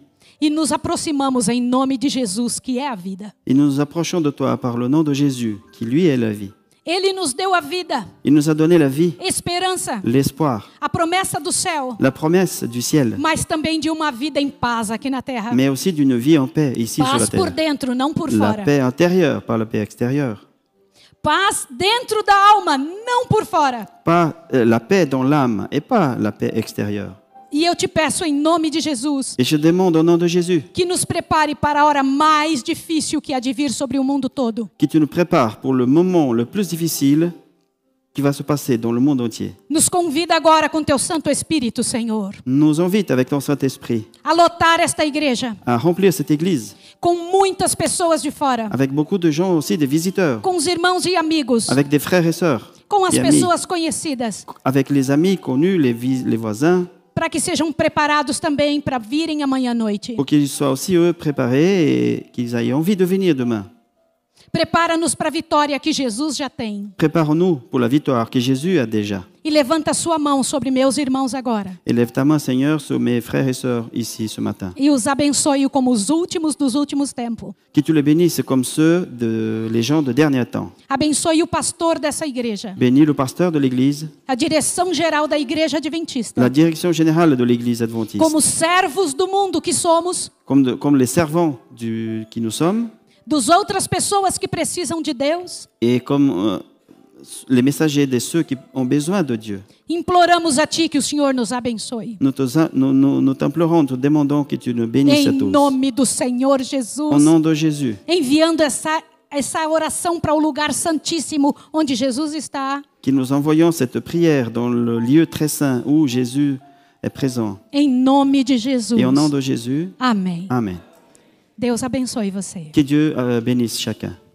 S2: e nos aproximamos em nome de Jesus, que é a vida.
S3: et nous nous approchons de toi par le nom de Jésus, qui lui est la vie.
S2: Ele nos deu a vida,
S3: Il nous a donné la vie,
S2: esperança,
S3: l'espoir,
S2: a promessa do céu,
S3: la promesse du ciel,
S2: mas também de uma vida em paz aqui na terra.
S3: mais aussi d'une vie en paix ici sur la
S2: Paz por
S3: terre.
S2: dentro, não por
S3: La
S2: fora.
S3: paix intérieure par la paix extérieure.
S2: Paz dentro da alma, não por fora.
S3: Pas euh, la paix dans l'âme et pas la paix extérieure.
S2: E eu te peço em nome de Jesus
S3: Et je demande au nom de Jésus
S2: que nos prepare para a hora mais difícil que há de vir sobre o mundo todo.
S3: que tu nous prépares pour le moment le plus difficile qui va se passer dans le monde entier.
S2: Nos convida agora com teu Santo Espírito, Senhor,
S3: Nous invite avec ton Saint-Esprit
S2: a lotar esta igreja
S3: à remplir cette église
S2: com muitas pessoas de fora,
S3: avec beaucoup de gens aussi, des visiteurs,
S2: com os irmãos e amigos,
S3: avec des frères et sœurs,
S2: com as
S3: et amis,
S2: pessoas conhecidas,
S3: avec les amis connus, les, vis- les voisins,
S2: para que sejam preparados também para virem amanhã à noite.
S3: pour qu'ils soient aussi eux préparés et qu'ils aient envie de venir demain.
S2: Prepara-nos para a vitória que Jesus já tem.
S3: Prépare-nous pour la victoire que Jésus a déjà.
S2: E levanta a sua mão sobre meus irmãos agora.
S3: Élève ta main, Seigneur, sur mes frères et sœurs ici ce matin.
S2: e os abençoe como os últimos dos últimos tempos.
S3: Que tu les bénisses comme ceux de les gens de dernier temps.
S2: Abençoe o pastor dessa igreja,
S3: Bénis le pasteur de l'Église,
S2: a direção geral da igreja adventista,
S3: la direction générale de l'Église adventiste,
S2: como servos do mundo que somos,
S3: comme, de- comme les servants du, qui nous sommes
S2: dos outras pessoas que precisam de Deus.
S3: et comme euh, les messagers de ceux qui ont besoin de Dieu.
S2: Imploramos a Ti que o Senhor nos abençoe.
S3: Nous te- nous- nous- nous t'implorons, nous te demandons que tu nous bénisses
S2: Em
S3: à tous.
S2: nome do Senhor
S3: Au
S2: Jesus,
S3: nom de Jésus,
S2: enviando essa essa oração para o lugar santíssimo onde Jesus está.
S3: que nous envoyons cette prière dans le lieu très saint où Jésus est présent.
S2: Em nome de Jesus.
S3: Et au nom de Jésus,
S2: Amém.
S3: Amen.
S2: Deus abençoe você.
S3: Que Dieu euh, bénisse chacun.